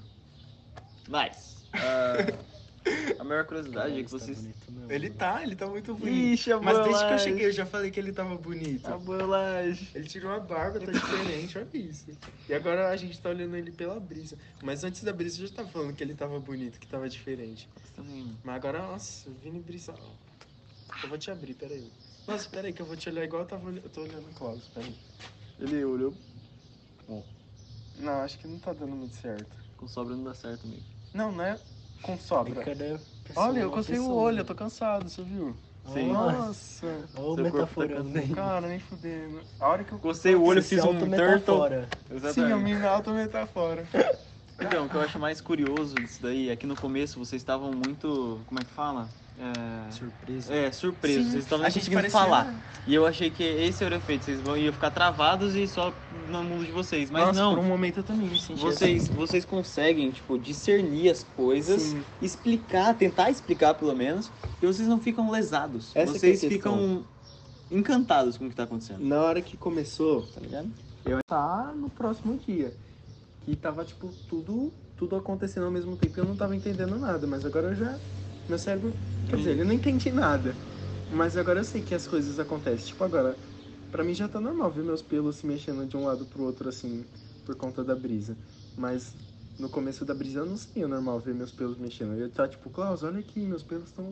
Mas. ah, a maior curiosidade
Caralho,
é que
isso tá
vocês.
bonito mesmo,
Ele
mano.
tá, ele tá muito bonito.
Ixi, a
mas desde que eu
bolagem,
cheguei, eu já falei que ele tava bonito.
A bolagem.
Ele tirou a barba, tá diferente, olha isso. E agora a gente tá olhando ele pela brisa. Mas antes da brisa, eu já tava falando que ele tava bonito, que tava diferente.
Vocês também, mano.
Mas agora, nossa, o Vini brisa. Eu vou te abrir, peraí. Nossa, peraí, que eu vou te olhar igual eu, tava olhando, eu tô olhando o Klaus, peraí.
Ele olhou.
Não, acho que não tá dando muito certo.
Com sobra não dá certo, amigo.
Não, não é com
Aí
sobra.
cada pessoa
Olha,
é
eu
uma
coçei o
pessoa,
olho,
né?
eu tô cansado, você viu?
Sim.
Nossa,
Olha o
Seu corpo tá
metaforando aí.
cara, nem fudendo. A hora que eu.
Gostei o olho,
Esse
fiz um turtle.
auto-metafora.
Sim, eu
Exatamente.
me auto-metafora.
Então, o que eu acho mais curioso disso daí é que no começo vocês estavam muito. Como é que fala? É.
Ah, Surpresa.
É, surpreso,
Sim,
vocês estavam
a
nem
gente
conseguindo
parecia-
falar. E eu achei que esse era o efeito, vocês vão iam ficar travados e só no mundo de vocês. Mas
Nossa,
não,
Por um momento eu também me senti
vocês, vocês conseguem, tipo, discernir as coisas,
Sim.
explicar, tentar explicar pelo menos, e vocês não ficam lesados.
Essa que é a
vocês
questão.
ficam encantados com o que tá acontecendo,
Na hora que começou,
tá ligado?
eu tá no próximo dia. E tava, tipo, tudo, tudo acontecendo ao mesmo tempo e eu não tava entendendo nada. Mas agora eu já. Meu cérebro. Quer dizer, eu não entendi nada. Mas agora eu sei que as coisas acontecem. Tipo, agora. Pra mim já tá normal ver meus pelos se mexendo de um lado pro outro, assim, por conta da brisa. Mas no começo da brisa eu não sei o normal ver meus pelos mexendo. Eu tá tipo, Klaus, olha aqui, meus pelos estão.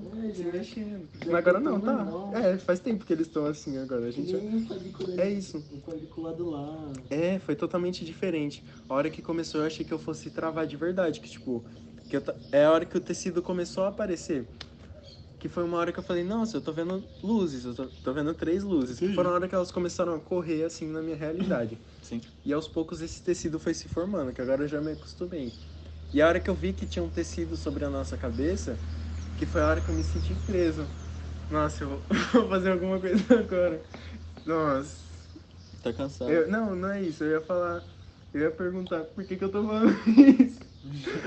Mas agora não, tá? É, faz tempo que eles estão assim agora. A gente já- É isso.
Um quadriculado lá.
É, foi totalmente diferente. A hora que começou, eu achei que eu fosse travar de verdade, que tipo, que eu ta- é a hora que o tecido começou a aparecer. Que foi uma hora que eu falei, nossa, eu tô vendo luzes, eu tô, tô vendo três luzes. Que
Sim.
foram a hora que elas começaram a correr assim na minha realidade.
Sim.
E aos poucos esse tecido foi se formando, que agora eu já me acostumei. E a hora que eu vi que tinha um tecido sobre a nossa cabeça, que foi a hora que eu me senti preso. Nossa, eu vou- vou fazer alguma coisa agora. Nossa.
Tá cansado.
Eu- não, não é isso. Eu ia falar. Eu ia perguntar por que, que eu tô falando isso.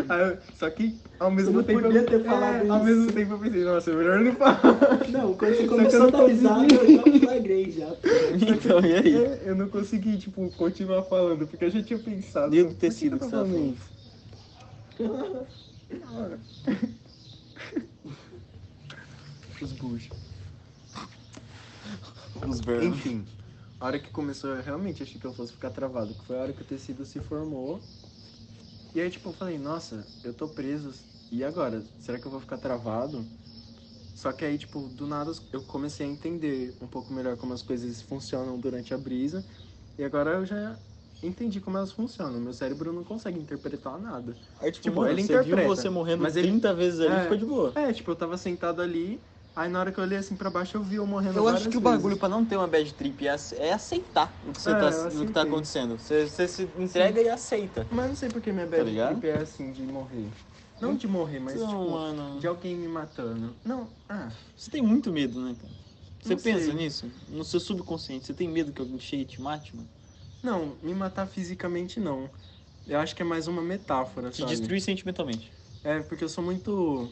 Aí eu- só que ao mesmo
não
tempo.
podia
eu,
ter falado
é, Ao
isso.
mesmo tempo eu pensei, nossa, é melhor não falar.
Não, quando você
começou a dar risada,
eu já flagrei já.
Então, e aí?
É, eu não consegui, tipo, continuar falando, porque eu já tinha pensado.
E o
por que
tecido
que eu
que
tô
você tá
falando
falando?
isso? Os buchos.
Os vermes.
Enfim, a hora que começou, eu realmente achei que eu fosse ficar travado, que foi a hora que o tecido se formou. E aí, tipo, eu falei, nossa, eu tô preso, e agora? Será que eu vou ficar travado? Só que aí, tipo, do nada eu comecei a entender um pouco melhor como as coisas funcionam durante a brisa. E agora eu já entendi como elas funcionam. Meu cérebro não consegue interpretar nada.
Aí, tipo,
Tipo,
mano,
ele
você
interpreta,
viu você morrendo
mas ele-
30 vezes ali
É.
e ficou de boa.
É, tipo, eu tava sentado ali, aí na hora que eu olhei assim pra baixo eu vi eu morrendo
Eu
várias
acho que o
vezes.
bagulho pra não ter uma bad trip é, ace- é aceitar o que, você
É,
tá,
eu
o que tá
aceitei.
acontecendo. Você, você se entrega e aceita.
Mas eu não sei porque minha bad
Tá ligado? Então, ah.
trip é assim de morrer. Não de morrer, mas
não,
tipo,
mano.
de alguém me matando. Não, ah,
Você tem muito medo, né, cara? Você
Não
pensa
sei.
nisso? No seu subconsciente, você tem medo que alguém chegue e te mate, mano?
não, me matar fisicamente não. Eu acho que é mais uma metáfora,
Te
sabe?
destruir sentimentalmente.
É, porque eu sou muito.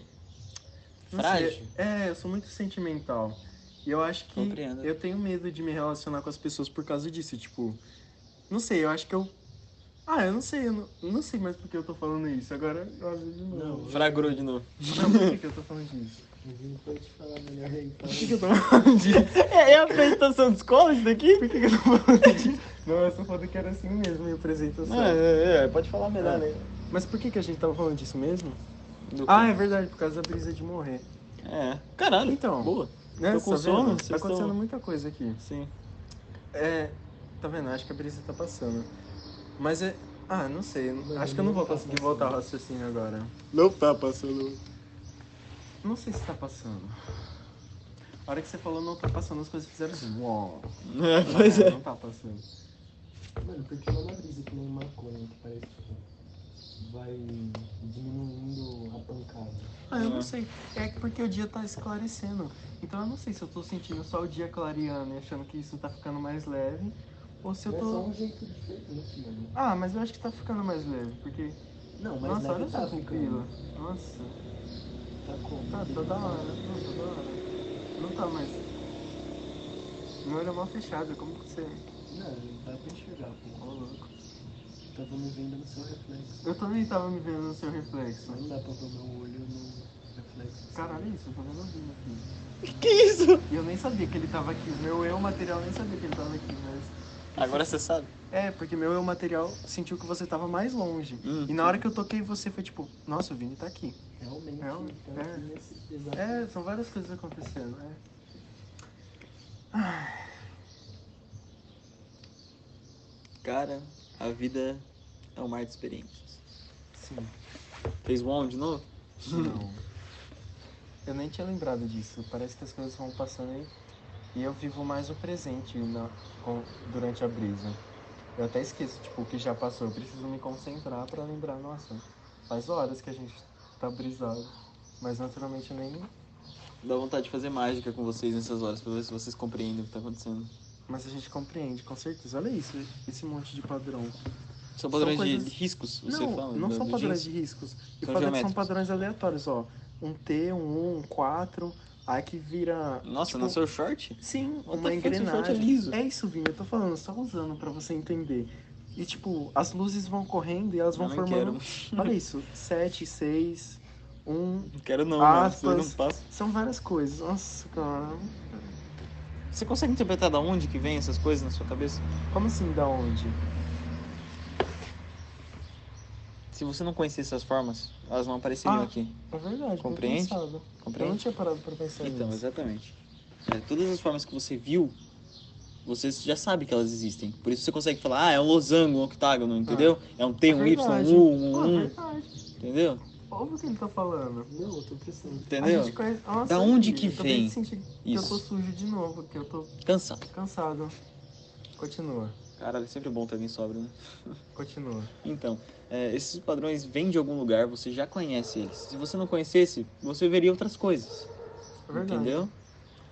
não sei,
Frágil.
é, eu sou muito sentimental. E eu acho que
Compreendo.
eu tenho medo de me relacionar com as pessoas por causa disso. Tipo, não sei, eu acho que eu. Ah, eu não sei, eu não, não sei mais por que eu tô falando isso. Agora eu abri de novo.
Não,
Fragrou de novo.
Não, por que, que eu tô falando disso?
Não pode falar melhor aí.
Por
fala.
que, que eu tô falando disso?
É, a apresentação de escola isso daqui?
Por que, que eu tô falando disso? Não, essa foto que era assim mesmo, minha apresentação.
É, é, é, pode falar melhor, né?
Mas por que, que a gente tava falando disso mesmo?
Do-
Ah, é verdade, por causa da brisa de morrer.
É. Caralho.
Então.
Boa.
Né?
Tô com
tá
sono,
vendo?
vocês
Tá acontecendo
estão-
muita coisa aqui.
Sim.
É. Tá vendo? Acho que a brisa tá passando. Mas é. Ah, não sei. Acho que eu não vou conseguir voltar ao raciocínio agora.
Não tá passando.
Não sei se tá passando. A hora que você falou não tá passando, as coisas fizeram assim. Uau.
É, pois é.
Não tá passando.
Mano, por que não uma brisa que nem maconha que parece tipo. vai diminuindo a pancada.
Ah,
Hum.
eu não
sei. É porque o dia tá esclarecendo. Então eu não sei se eu tô sentindo só o dia clareando e achando que isso tá ficando mais leve. Ou se eu É só tô. um jeito diferente, mano.
Ah, mas eu acho que tá ficando mais leve, porque.
Não, mas
Nossa,
leve
olha
tá
essa pupila. Nossa,
Tá como?
tá, tá da hora, não, tá da hora. Não tá mais. Meu olho é mal fechado, como que você. é?
Não, dá pra enxergar,
Ô,
pô.
louco.
Tava me vendo no seu reflexo.
Eu também tava me vendo no seu reflexo.
Não dá pra ver meu olho no reflexo.
Caralho, isso, eu tô vendo alguém aqui.
Que isso?
E eu nem sabia que ele tava aqui. Meu eu material nem sabia que ele tava aqui, mas.
Agora você sabe.
É, porque meu eu material sentiu que você tava mais longe. E na hora que eu toquei você foi tipo, nossa, o Vini tá aqui.
Realmente,
Realmente, é.
tá aqui nesse exato.
É, são várias coisas acontecendo, né?
Cara, a vida é um mar de experiências.
Sim.
Fez one de novo?
Não. Hum. Eu nem tinha lembrado disso. Parece que as coisas vão passando aí. E eu vivo mais o presente na- com- durante a brisa. Eu até esqueço, tipo, o que já passou. Eu preciso me concentrar pra lembrar, nossa, faz horas que a gente tá brisado. Mas naturalmente eu nem.
Dá vontade de fazer mágica com vocês nessas horas pra ver se vocês compreendem o que tá acontecendo.
Mas a gente compreende, com certeza. Olha isso, esse monte de padrão.
São padrões de,
coisas-
de riscos, você
não,
fala?
não
do- Então,
são
do
padrões
jeans?
de riscos. E
São
fala que são
geométricos.
padrões aleatórios, ó. Um T, um 1, um 4. Aí que vira.
Nossa,
tipo,
não nasceu short?
Sim,
What
uma
the fuck, esse short é
engrenagem.
liso.
É isso, Vini, eu tô falando, só usando pra você entender. E tipo, as luzes vão correndo e elas vão
Eu não
formando. um
quero.
Olha isso, 7, 6, 1.
Não quero não, mano. Isso daí
Aspas.
não passa.
São várias coisas. Nossa, cara.
Você consegue interpretar da onde que vem essas coisas na sua cabeça?
Como assim, da onde?
Se você não conhecesse essas formas, elas não apareceriam
Ah.
aqui.
É verdade, bem
Compreende?
pensado. Eu não
Compreende?
tinha parado pra pensar
Então,
nisso.
exatamente. É, todas as formas que você viu, você já sabe que elas existem. Por isso você consegue falar, ah, é um losango, um octágono, entendeu? É um T,
É
um Y,
verdade.
um U, um
Pô, é
1,
verdade.
entendeu?
Ouve o que ele tá falando.
Não, eu tô pensando.
A
Entendeu?
gente conhece... Nossa,
Da onde
filho,
que
eu acabei de
vem
sentir que eu tô
Isso.
sujo de novo, que eu tô
Cansa.
cansado. Continua,
Caralho, é sempre bom ter alguém sobra, né?
continua.
Então, é, esses padrões vêm de algum lugar, você já conhece eles. Se você não conhecesse, você veria outras coisas,
É verdade.
entendeu?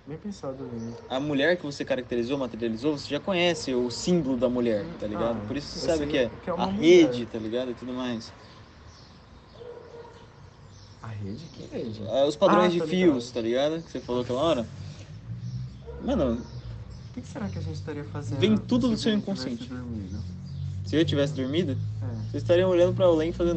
Bem pensado, Vini.
A mulher que você caracterizou, materializou, você já conhece o símbolo da mulher, tá ligado?
Ah,
Por isso você
eu
sabe
sei
o que é,
o que é uma
a
mulher.
rede, tá ligado? E tudo mais.
A rede? Que rede?
Ah, Os padrões
Ah,
de
tá
fios, tá ligado? Que você falou aquela hora. Mano,
O que que será que a gente estaria fazendo?
Vem tudo do
se
seu
ele tivesse
inconsciente.
dormido?
se eu tivesse dormido,
É.
vocês estariam olhando pra além fazendo.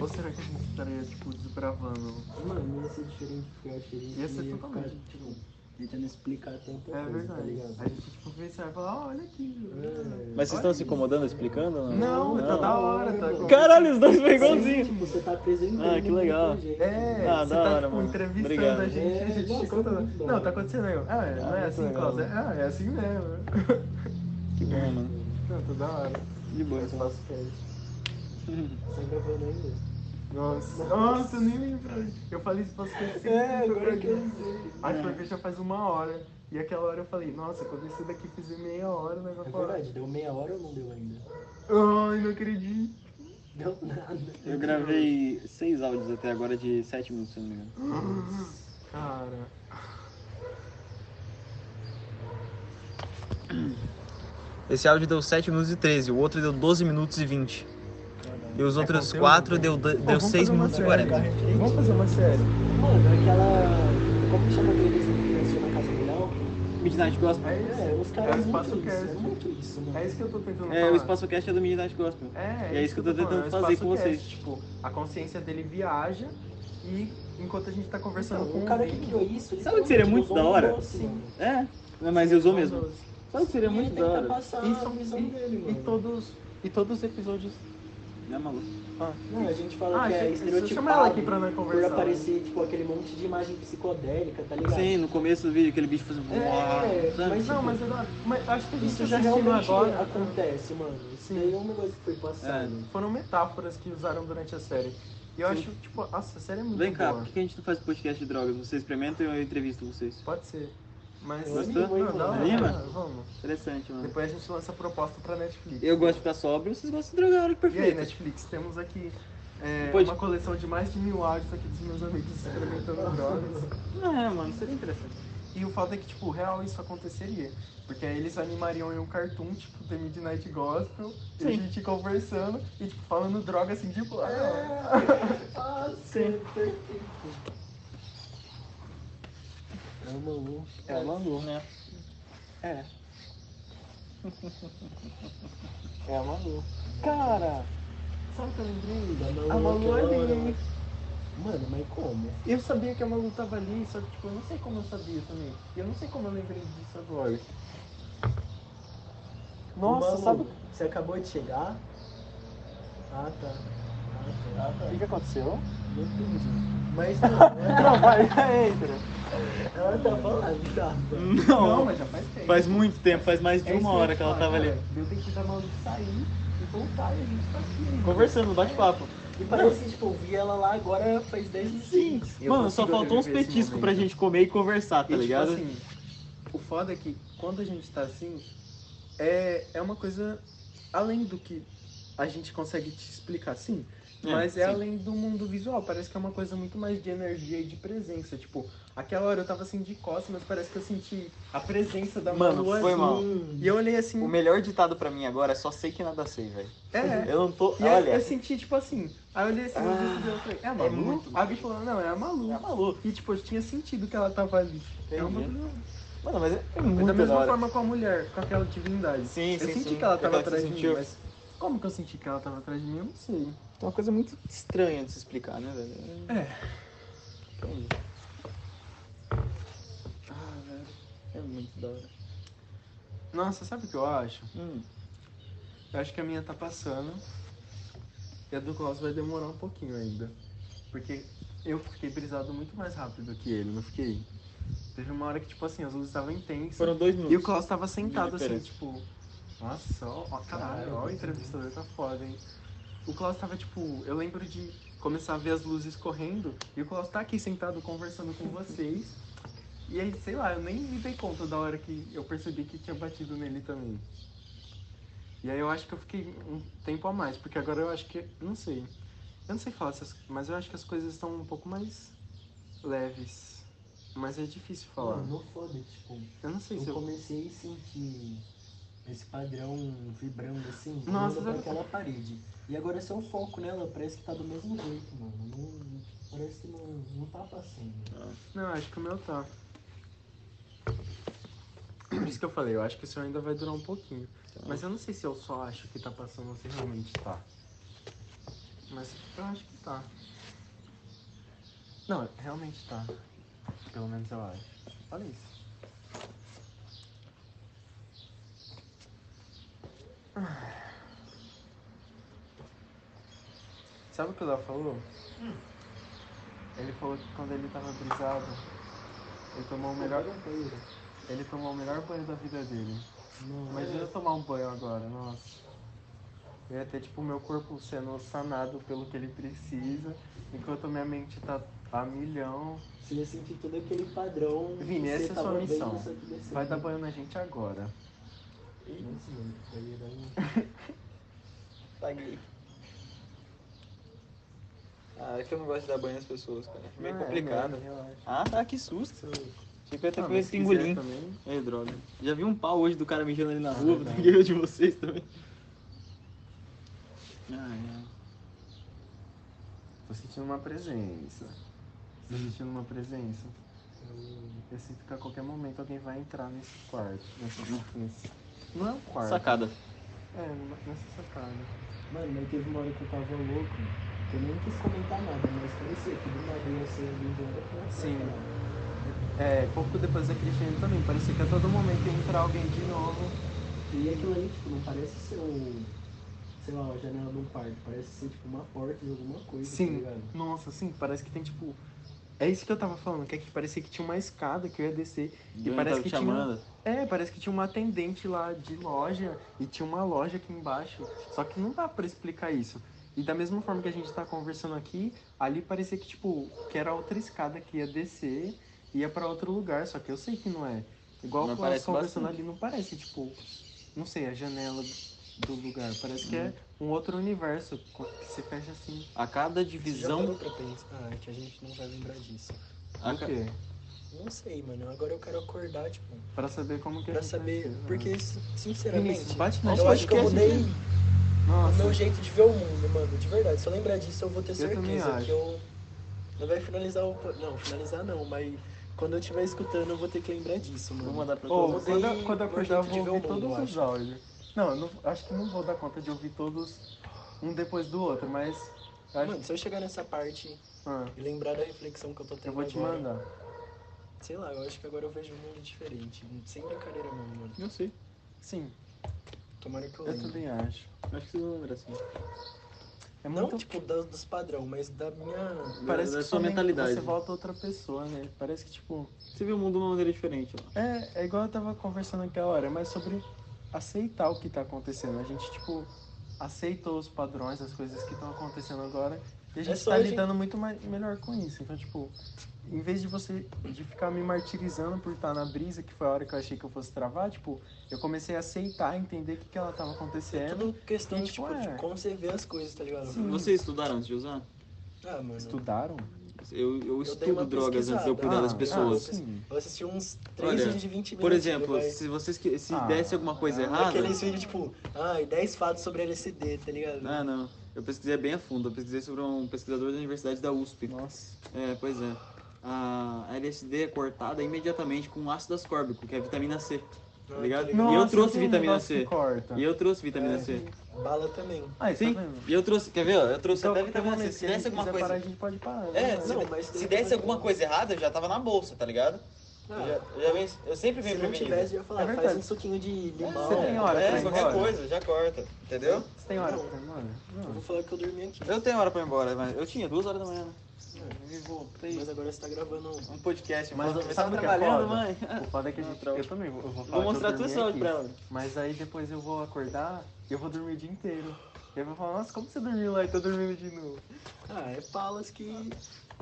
Ou será que a gente estaria, tipo, desbravando?
Mano, ia ser diferente porque eu achei que
Ia ser
ia
é totalmente
ficar, tipo, tentando explicar tanta
É
coisa, tá
verdade.
ligado?
A gente, tipo, vê e vai falar, olha aqui. olha.
Mas vocês
Olha
estão se incomodando explicando? ou
Não, tá da hora, tá?
Não.
Caralho, os dois
É,
foi igualzinho.
Tipo, você tá apresentando.
Ah, que legal.
muita gente,
É,
Ah,
você
da
tá,
hora,
tipo,
mano.
entrevistando
Obrigado.
a gente,
É,
a gente
nossa,
te contando.
muito bom.
Não, tá acontecendo aí. Ah, é, não é
muito
assim,
legal.
Klaus. É, ah, é assim mesmo.
Que bom, mano.
Não, tá da hora.
De boa.
Eu faço teste. Tá gravando ainda?
Nossa, nossa, eu nem lembro. Eu falei isso pra
É,
você. assim, pro programa.
sei.
Acho
É.
que eu já faz uma hora. E aquela hora eu falei, nossa, quando esse daqui fizer meia hora, o
É
negócio
verdade, deu meia hora ou não deu ainda?
Ai, não acredito.
Deu nada.
Eu gravei seis áudios até agora de sete minutos, se não me engano.
Cara.
Esse áudio deu 7 minutos e 13, o outro deu 12 minutos e 20. E os outros
É conteúdo, né?
4 deu, do- deu
vamos
6
fazer um uma
minutos e
série.
40.
Vamos fazer uma série.
Mano, aquela. Como que chama aquele que dançou na casa rural?
Midnight Gospel.
É
É,
isso.
os caras.
É o espaço
muito isso,
cast.
É muito isso, mano.
É isso que eu tô tentando
É,
falar.
o Espaço Cast é do Midnight Gospel.
É,
e é isso que eu tô
falando,
tentando
é o
fazer com
espaço
vocês.
cast, Tipo, a consciência dele viaja e enquanto a gente tá conversando
Então,
com
o cara que
alguém-
criou isso. ele
Sabe o que seria muito
levou
da
um
hora?
doce,
Sim.
mano.
É, né, mas eu usou mesmo. Sabe o que seria
E ele
muito da
tenta
hora?
passar
Isso,
a visão
e-
dele,
E
mano.
todos, e todos os episódios.
Não é maluco?
Não, a gente fala
Ah,
que é
gente,
estereotipado.
chama ela aqui pra nós
Por
conversar.
aparecer, tipo, aquele monte de imagem psicodélica, tá ligado?
Sim, no começo do vídeo aquele bicho fazendo.
É,
sabe?
Mas não, mas, eu não- mas acho que a gente
Isso
já
já
assistiu
realmente
agora.
acontece, mano. Isso
Sim.
daí é um negócio que foi passado.
Foram metáforas que usaram durante a série. E eu
Sim.
acho, tipo, nossa, a série é muito
Vem cá,
boa.
por que a gente não faz podcast de drogas? Vocês experimentam e eu entrevisto vocês.
Pode ser. Mas.
Eu
Não,
animei,
não,
mano.
da hora,
Anima?
mano, Vamos.
Interessante, mano.
Depois a gente lança a proposta pra Netflix.
Eu gosto de ficar sóbrio, vocês gostam de drogar, olha que
E aí,
perfeito.
Netflix, temos aqui é,
Pode-
uma coleção de mais de mil áudios aqui dos meus amigos experimentando drogas.
É, mano, seria interessante.
E o fato é que, tipo, real isso aconteceria. Porque aí eles animariam em um cartoon, tipo, The Midnight Gospel, e a
Sim.
gente conversando e, tipo, falando droga assim, tipo, ah, não.
É.
Ah, sim, perfeito. É uma luz.
É uma luz, né?
É.
É uma luz. Cara,
Sabe o que eu lembrei?
Da Malu
A Malu
aquela hora
ali.
Mano, mas como?
Eu sabia que a Malu tava ali, só que, tipo, eu não sei como eu sabia também. E eu não sei como eu lembrei disso agora. Nossa,
Ô, Malu,
sabe
Você acabou de chegar? Ah, tá. Ah, tá.
o que, que aconteceu?
Não entendi. Mas não, ela tá-
Não, vai, entra.
ela tá? tava lá, bizarra.
não.
mas já faz tempo.
é? Faz muito tempo, faz mais de
É isso
uma
eu
hora
te
que
né?
ela
falo,
tava ali.
cara. Deu tempo da Malu sair e voltar e a gente tá aqui. ainda.
Conversando, bate-papo.
E parece que tipo, eu vi ela lá agora faz 10 minutos.
Sim.
Eu
Mano, só
consigo
faltou uns
reviver esse
petiscos pra
momento.
gente comer e conversar,
E,
tá ligado?
Tipo assim, o foda é que quando a gente tá assim, é, é uma coisa além do que a gente consegue te explicar, sim.
É,
Mas é
sim.
além do mundo visual, parece que é uma coisa muito mais de energia e de presença. Tipo, aquela hora eu tava assim de costas, mas parece que eu senti a presença da
Mano,
Malu
foi
assim.
mal.
E eu olhei assim,
O melhor ditado pra mim agora é só sei que nada sei, velho.
é,
Eu não tô.
E aí
olha,
eu senti, tipo assim, aí eu olhei assim no rosto dela e falei, é a Malu?
Ah, muito-
a Bi falou, não, é a Malu.
é maluco.
E tipo, eu tinha sentido que ela tava ali. É uma-
Entendi. Mano, mas é, é muito
Da
da
mesma
hora.
forma com a mulher, com aquela divindade.
Sim,
eu
sim,
senti
sim.
que ela tava
Eu quero que
atrás
você
de mim,
sentiu.
mas como que eu senti que ela tava atrás de mim, eu não sei.
É uma coisa muito estranha de se explicar, né, velho?
É.
Entendi. Ah, velho. É muito da hora.
Nossa, sabe o que eu acho?
Hum.
Eu acho que a minha tá passando. E a do Klaus vai demorar um pouquinho ainda. Porque eu fiquei brisado muito mais rápido que ele, não fiquei? Teve uma hora que, tipo assim, as luzes estavam intensas.
Foram dois minutos.
E o Klaus tava sentado assim,
Diferente.
tipo. Nossa, ó, ó, caralho, ó, o entrevistador tá foda, hein? O Klaus tava tipo. Eu lembro de começar a ver as luzes correndo e o Klaus tá aqui sentado conversando com vocês. E aí, sei lá, eu nem me dei conta da hora que eu percebi que tinha batido nele também. E aí eu acho que eu fiquei um tempo a mais, porque agora eu acho que. Não sei. Eu não sei falar essas mas eu acho que as coisas estão um pouco mais leves. Mas é difícil falar.
Mano, foda, tipo,
Eu não sei se
eu
eu.
comecei a sentir esse padrão vibrando assim,
Nossa,
olhando pra
sabe-
tá-
aquela parede. E agora se eu foco nela, parece que tá do mesmo jeito, mano. Não, parece que não, não tá passando.
Não, acho que o meu tá. Por isso que eu falei, eu acho que o seu ainda vai durar um pouquinho. Mas eu não sei se eu só acho que tá passando ou se realmente tá. Mas eu acho que tá. Não, realmente tá. Pelo menos eu acho. Olha isso. Ah. Sabe o que o Léo falou? Ele falou que quando ele tava brisado, ele tomou o É melhor, ele tomou o melhor banho da vida dele.
Não, é.
Imagina eu tomar um banho agora, nossa. Eu ia ter tipo o meu corpo sendo sanado pelo que ele precisa, enquanto minha mente tá a milhão.
Você ia sentir todo aquele padrão.
Vini,
que
essa
você
é a sua
tava
missão.
vendo, só que desse
Vai dar
jeito.
banho na gente agora.
Nossa, mano, daí era um-
Paguei. Ah, é que eu não gosto de dar banho nas pessoas, cara. Meio
Não, é,
complicado.
merda, relaxa.
Ah, tá, que susto. Achei que eu ia ter
Ah,
que
mas
ver
se
que
quiser
engolir.
também.
É, droga. Já vi um pau hoje do cara mijando ali na
Ah,
rua,
verdade.
peguei o de vocês também. Ah,
Tô sentindo uma presença. Tô sentindo uma presença. Eu sinto que a qualquer momento alguém vai entrar nesse quarto. Nesse, nesse... Não é um
é.
quarto.
Sacada.
É, numa- nessa sacada.
Mano, mas teve uma hora que eu tava louco, que eu nem quis comentar nada, mas parecia que do nada ia ser embora.
Sim. É, pouco depois da Cristiane também, parecia que a todo momento ia entrar alguém de novo.
E aquilo ali, tipo, não parece ser um. Sei lá, uma janela de um quarto. Parece ser, tipo, uma porta de alguma coisa, tá
Sim.
ligado?
Nossa, sim, parece que tem tipo. É isso que eu tava falando, que, é que parecia que tinha uma escada que eu ia descer.
E
parece
parece
que
que
tinha-
tá chamando.
É, parece que tinha uma atendente lá de loja e tinha uma loja aqui embaixo. Só que não dá pra explicar isso. E da mesma forma que a gente tá conversando aqui, ali parecia que, tipo, que era outra escada que ia descer, ia pra outro lugar, só que eu sei que não é. Igual
Mas
com elas
parece
conversando
bastante.
ali, não parece, tipo, não sei, a janela do lugar. Parece que é
Uhum.
um outro universo co- que se fecha assim.
A cada
Visão
divisão.
pra pensar ah, que a gente não vai lembrar disso.
A
O
ca-
quê?
Não sei, mano. Agora eu quero acordar, tipo,
Pra saber como que a
pra
gente vai
saber.
ser, né?
Porque, si- sinceramente,
Vinícius, bate na
eu acho que eu
podcast,
mudei
né?
o
Nossa,
meu jeito de ver o mundo, mano. De verdade. Se eu lembrar disso, eu vou ter
Eu também
certeza
acho.
que eu. Não vai finalizar o. po- Não, finalizar não, mas quando eu estiver escutando, eu vou ter que lembrar disso, mano.
Vou mandar pra
Ô,
Eu
todos.
mudei
quando, eu- quando eu
meu
acordar, eu
jeito de
vou
ver um o
ouvir
mundo,
todos
eu
os
acho.
áudios. Não, eu não, acho que não vou dar conta de ouvir todos um depois do outro, mas eu acho
Mano, se eu chegar nessa parte
Ah,
e lembrar da reflexão que eu tô tendo
eu vou te
agora,
mandar.
Sei lá, eu acho que agora eu vejo um mundo diferente. Sem brincadeira mesmo, mano.
Eu sei.
Sim,
Tomara que eu
eu
lembre.
também acho.
Acho que vocês vão lembrar assim. sim.
É
Não,
muito
tipo, é da- dos padrão, mas da minha...
Parece
da
que
sua
somente
mentalidade.
Você volta outra pessoa, né? Parece que, tipo.
Você vê o mundo de uma maneira diferente, ó.
É, é igual eu tava conversando aquela hora, mas sobre aceitar o que tá acontecendo. A gente, tipo, aceitou os padrões, as coisas que estão acontecendo agora. E a gente
É só
tá
a gente-
lidando muito mais, melhor com isso. Então, tipo, em vez de você de ficar me martirizando por estar na brisa, que foi a hora que eu achei que eu fosse travar, tipo, eu comecei a aceitar, entender o que, que ela tava acontecendo.
Tudo questão de,
É. Tipo,
tipo, de
é.
como você vê as coisas, tá ligado?
Sim.
Vocês estudaram antes de usar?
Ah, mano,
Estudaram?
Eu, eu
dei uma
estudo drogas antes de eu
pesquisada.
cuidar das
Ah,
pessoas.
ah, sim.
eu assisti uns três
Olha,
vídeos de 20 minutos. tá
Por exemplo,
vai.
se vocês que- se
Ah,
desse alguma coisa errada.
Aqueles vídeos, tipo, ah, e 10 fatos sobre LSD, tá ligado?
Ah, não. Eu pesquisei bem a fundo. Eu pesquisei sobre um pesquisador da Universidade da USP.
Nossa.
É, pois é. A LSD é cortada imediatamente com ácido ascórbico, que é vitamina C.
Ah,
ligado?
tá
eu trouxe
tem um
vitamina
negócio
C.
que Corta.
E eu trouxe vitamina
É.
C.
Bala também.
Aí,
Sim.
tá vendo?
E eu trouxe, quer ver? ó? Eu trouxe
Então,
até
qualquer
vitamina C.
momento que
Se
a gente
desse alguma
quiser
coisa.
parar, a gente pode parar.
É,
né?
se,
Não,
de-
mas
se
daí-
desse alguma coisa errada, eu já tava na bolsa, tá ligado?
Ah,
eu, já, eu já venho- eu sempre
se
venho
não
prevenido.
tivesse, eu ia
É
falar, faz
verdade.
um suquinho de limão.
Você tem hora
é,
pra ir
qualquer
embora?
coisa, já corta, entendeu?
Você tem hora
Não.
pra ir embora?
Eu vou
Não.
falar que eu dormi aqui.
Eu tenho hora pra ir embora, mas eu tinha duas horas da manhã. né?
Eu voltei.
Mas agora você tá gravando um.
Um podcast,
Mas
mas eu
sabe
tava
o que é
trabalhando,
foda?
mãe.
O foda é que a
Não,
gente.
troca.
Eu também vou, eu vou falar.
Vou mostrar
que eu
tudo
dormi
isso
aqui,
pra ela.
Mas aí depois eu vou acordar e eu vou dormir o dia inteiro. E eu vou falar, nossa, como você dormiu lá e tô dormindo de novo?
Ah, é palas que.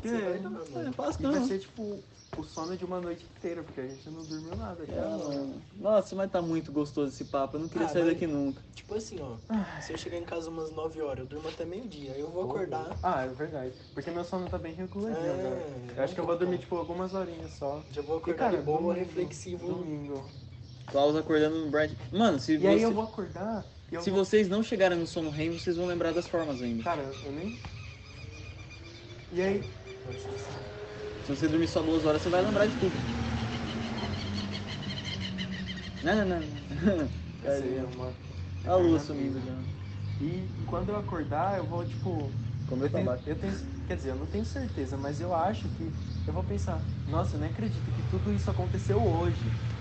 Você vai dar, mano.
É, fácil
E vai
não.
ser tipo o sono de uma noite inteira, porque a gente não dormiu nada.
É,
aqui.
Ah, mano. Nossa, mas tá muito gostoso esse papo. Eu não queria
Ah,
sair
mas-
daqui nunca.
Tipo assim, ó. Se eu chegar em casa umas 9 horas, eu durmo até meio-dia. Aí eu vou
Pô.
acordar.
Ah, é verdade. Porque meu sono tá bem reguladinho
É,
agora. Eu acho que eu vou dormir tipo algumas horinhas só.
Já vou
E
acordar
cara,
de boa,
domingo,
reflexivo.
Domingo.
Klaus acordando no Bright. Mano, se,
E aí
você-
eu vou acordar e eu
se
vou...
vocês não chegarem no sono REM, vocês vão lembrar das formas ainda.
Cara, eu nem. E aí,
Se você dormir só duas horas, você vai lembrar de tudo. Não, não, não, não.
essa
Cadê?
é uma-
A lua sumindo já.
E quando eu acordar, eu vou, tipo.
Comeu
Eu tenho, eu tenho- Quer dizer, eu não tenho certeza, mas eu acho que. Eu vou pensar, nossa, eu nem acredito que tudo isso aconteceu hoje.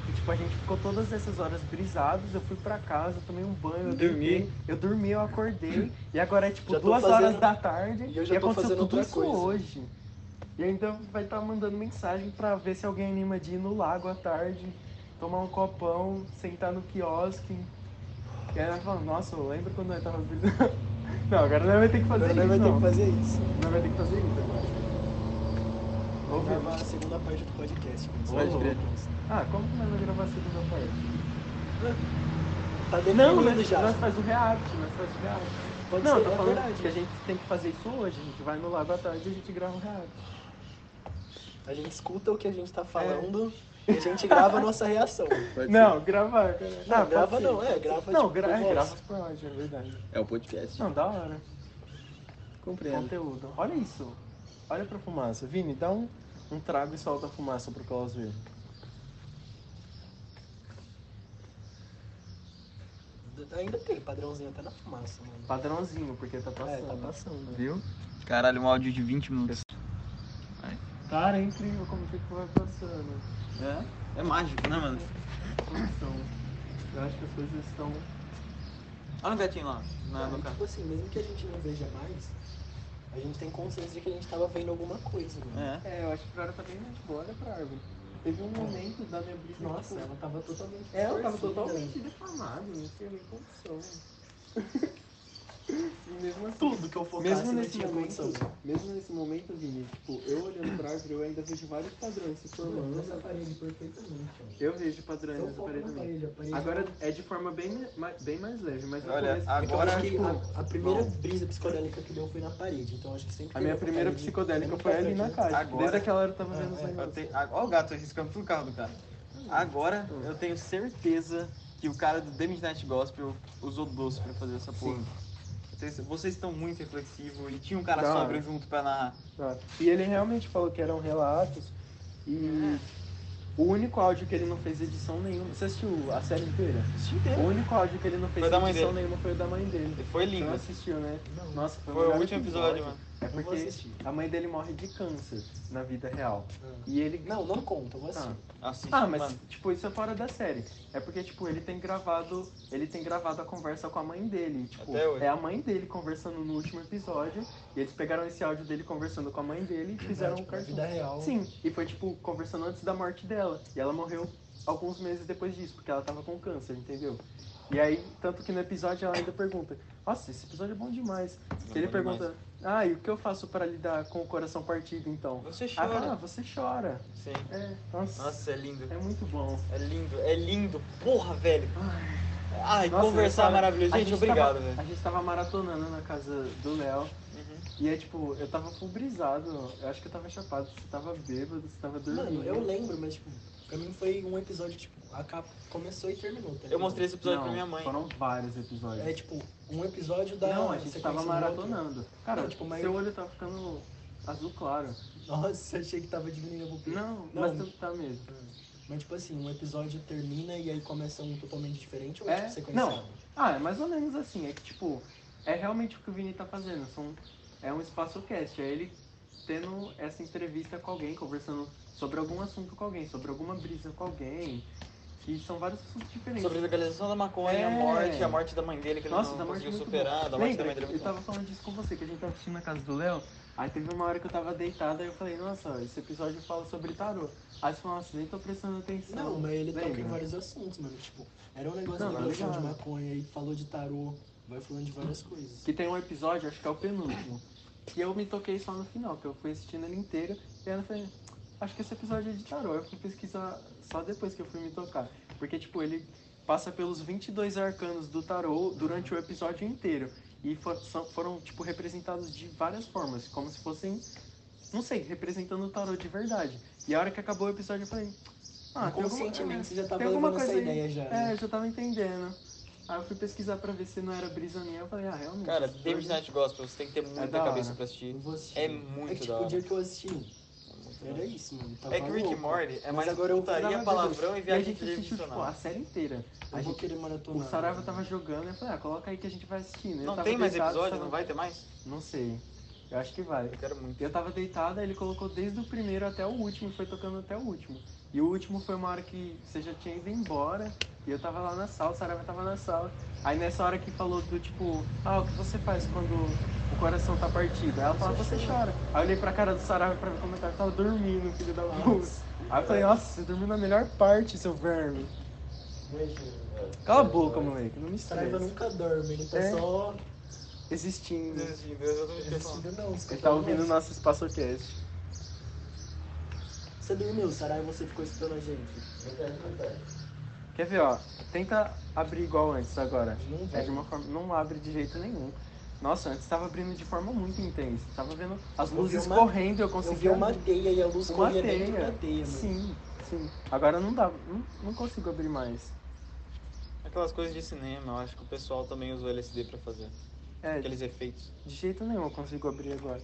E, tipo, a gente ficou todas essas horas brisados, eu fui pra casa, eu tomei um banho, eu
Dormi.
deitei, eu dormi, eu acordei. E agora é tipo
Já tô
duas
fazendo-
horas da tarde
E eu já tô
aconteceu
fazendo
tudo
outra
isso
coisa.
hoje. E ainda vai estar mandando mensagem pra ver se alguém anima de ir no lago à tarde, tomar um copão, sentar no quiosque. E aí ela falando, nossa, eu lembro quando eu tava brisando. Não, agora não vai ter que fazer
Agora
isso.
vai ter
não.
que fazer isso.
Não vai ter que fazer isso agora.
Vou
Ouve.
gravar a segunda parte do podcast. mas
Pode
vou-
crer. Ah, como que nós vamos gravar a segunda parte?
Tá
Não,
definido
nós,
já.
nós faz o react, nós faz o react.
Pode
não,
ser,
eu tô
é
falando
verdade.
que a gente tem que fazer isso hoje, a gente vai no lago à tarde e a gente grava um o react.
A gente escuta o que a gente tá falando e a gente grava a nossa reação.
Não, gravar.
Não,
Ah,
grava
pode ser.
não, é, grava
Não,
tipo,
gra
por
é,
voz.
grava por áudio, é verdade.
É o podcast.
Não, da hora.
Compreendo.
Conteúdo. Olha isso. Olha pra fumaça. Vini, dá um, um trago e solta a fumaça pro Klaus ver.
Ainda tem padrãozinho até na fumaça, mano.
Padrãozinho, porque tá
É, tá
passando.
passando.
Viu?
Caralho, um áudio de 20 minutos.
Cara, é incrível como que vai passando.
É? É mágico, né, mano?
Então, eu acho que as coisas estão...
Olha o gatinho lá, na,
Ah,
no
e,
carro.
tipo assim, mesmo que a gente não veja mais, a gente tem consciência de que a gente tava vendo alguma coisa, mano.
É.
É, eu acho que pra ela tá bem mais boa, olha pra árvore. Teve um momento da minha brisa
É. Nossa,
que, tipo,
ela tava totalmente.
é, eu tava
distorcida.
totalmente deformado, não tinha nem condição. E mesmo assim,
Tudo que eu focasse
Mesmo
não
nesse
tinha
momento,
condição.
mesmo nesse momento, Vini, tipo, eu olhando pra árvore, eu ainda vejo vários padrões se
Formando
formando.
essa parede perfeitamente, ó.
Eu vejo padrões
Então
nessa
foca
parede
na
também.
parede, a parede.
Agora é de forma bem, ma- bem mais leve, mas no
Olha,
começo-
É que eu
Agora,
acho que
tipo,
a, a primeira
bom.
brisa psicodélica que deu foi na parede, então acho que sempre.
a minha
olhar pra
primeira
parede
psicodélica
é
foi ali na
importante, né?
casa.
Agora-
Desde aquela hora eu tava
Ah,
vendo os
é.
Eu
negócios.
tenho... ah, Ó o gato riscando tudo o carro do cara. Agora eu tenho certeza que o cara do The Midnight Gospel usou doce pra fazer essa porra.
Sim.
Vocês- Vocês estão muito reflexivos e tinha um cara
Da hora.
sóbrio junto pra narrar.
Ah, E ele realmente falou que eram relatos. E o único áudio que ele não fez edição nenhuma. Você assistiu a série inteira? O único áudio que ele não fez
Foi da mãe
edição
dele.
nenhuma foi o da mãe dele.
Foi
Você não
lindo.
assistiu, né?
Não.
Nossa, foi,
Foi
melhor
o último episódio, mano.
É
Eu vou
porque
assistir.
a mãe dele morre de câncer na vida real.
Ah.
E ele.
Não, não conta, eu vou
Ah,
assim,
assistir.
Assiste,
Ah, mas
mano.
tipo, isso é fora da série. É porque, tipo, ele tem gravado. Ele tem gravado a conversa com a mãe dele. e, Tipo,
Até hoje.
é a mãe dele conversando no último episódio. E eles pegaram esse áudio dele conversando com a mãe dele e fizeram um
Tipo, na
cartão.
vida real.
Sim, e foi tipo conversando antes da morte dela. E ela morreu alguns meses depois disso, porque ela tava com câncer, entendeu? E aí, tanto que no episódio ela ainda pergunta: Nossa, esse episódio é bom demais.
Bom
Ele
demais.
pergunta: Ah, e o que eu faço pra lidar com o coração partido então?
Você
Ah,
chora.
você chora.
Sim.
É, nossa,
Nossa, é lindo.
é muito bom.
É lindo, é lindo. Porra, velho. Ai,
Nossa,
conversar é
eu tava-
maravilhoso.
a
Gente,
gente
obrigado,
tava-
velho.
A gente tava maratonando na casa do Léo.
Uhum.
E é tipo, eu tava pulverizado. Eu acho que eu tava chapado. Você tava bêbado, você tava dormindo.
Mano, eu lembro, mas tipo, pra mim foi um episódio, tipo, a capa começou e terminou. tá
Eu
ligado?
mostrei esse episódio
Não,
pra minha mãe.
Foram vários episódios.
É tipo, um episódio da.
Não, a gente
sequência
tava
do outro.
maratonando. Cara,
Não, tipo, mas-
seu olho tá ficando azul claro.
Nossa, achei que tava diminuindo a pupila.
Não,
Não.
mas tu tá mesmo.
Mas tipo assim, um episódio termina e aí começa um totalmente diferente ou
É?
tipo, sequencial?
Não. Ah, é mais ou menos assim. É que, tipo, é realmente o que o Vini tá fazendo. São, é um espaço cast. É ele tendo essa entrevista com alguém, conversando sobre algum assunto com alguém, sobre alguma brisa com alguém. Que são vários assuntos diferentes.
Sobre a legalização da maconha, a
É.
morte, a morte da mãe dele que ele
Nossa,
não
da morte
conseguiu
é muito
superar, da morte da
Lembra,
mãe dele. é
eu
muito
tava falando disso com você, que a gente tava assistindo na casa do Léo. Aí teve uma hora que eu tava deitado, aí eu falei, nossa, esse episódio fala sobre tarô. Aí você falou, nossa, nem tô prestando atenção.
Não, mas ele tá
Lembra?
toca em vários assuntos, mano. Tipo, era um negócio
né? Não,
de
tá
produção de
ligado.
maconha e falou de tarô, vai falando de várias coisas.
Que tem um episódio, acho que é o penúltimo. Que eu me toquei só no final, que eu fui assistindo ele inteiro. E aí eu falei, acho que esse episódio é de tarô. Eu fui pesquisar só depois que eu fui me tocar. Porque, tipo, ele passa pelos 22 arcanos do tarô durante o episódio inteiro. E fo- são- foram, tipo, representados de várias formas, como se fossem, não sei, representando o tarô de verdade. E a hora que acabou o episódio, eu falei, ah, tem alguma-
Conscientemente você já tava
tem alguma
levando essa
coisa aí.
ideia já.
é,
né?
eu já tava entendendo. Aí eu fui pesquisar pra ver se não era brisa minha. Eu falei, ah, realmente.
bom. Cara,
esse
The
episódio-
Midnight Gospel, você tem que ter muita
É da
cabeça
hora.
pra assistir.
Eu vou assistir.
É
É que,
muito
tipo,
da
o dia
hora.
que eu assisti,
É muito da
era
hora.
isso, mano. Tava
tá
É que o Rick
louco.
and Morty é
Mas
mais
agora eu
putaria,
precisava
palavrão e
E a
viagem
gente assistiu, tipo, a
tridimensional.
série inteira.
Eu
A
vou
gente,
querer maratonar.
o Saraiva
né?
tava jogando e eu falei, ah, coloca aí que a gente vai assistindo. Eu
Não
tava tá
tem mais
deitado,
episódio?
tava-
Não vai ter mais?
Não sei. Eu acho que vai.
Eu quero muito.
Eu tava deitado, aí ele colocou desde o primeiro até o último, e foi tocando até o último. E o último foi uma hora que você já tinha ido embora, e eu tava lá na sala, o Saraiva tava na sala. Aí nessa hora que falou do tipo, ah, o que você faz quando o coração tá partido? Aí ela fala, você chora. Aí eu olhei pra cara do Saraiva pra ver como ele tava, tava dormindo, filho da luz. Aí eu falei, nossa, você dormiu na melhor parte, seu verme. Cala a boca, moleque, não me
O Saraiva
estresse.
nunca dorme, ele tá
É.
só
Existindo.
É.
Desistindo, eu tô me esquecendo.
assistindo, não.
Ele tá
escutando
ouvindo o
nós.
nosso espaçocast.
Você dormiu, Saraiva, você ficou escutando a gente.
Quer ver, ó? Tenta abrir igual antes agora.
Não
É
vai.
de uma forma. Não abre de jeito nenhum. Nossa, antes tava abrindo de forma muito intensa. Tava vendo as
Eu vi
luzes
uma-
correndo e eu
Eu
consegui.
vi uma teia e a luz
Uma
corria dentro
teia.
da teia, mano.
Sim, sim. Agora não dá. Não, não consigo abrir mais.
Aquelas coisas de cinema, eu acho que o pessoal também usou LSD pra fazer.
É,
Aqueles efeitos.
de jeito nenhum eu consigo abrir agora.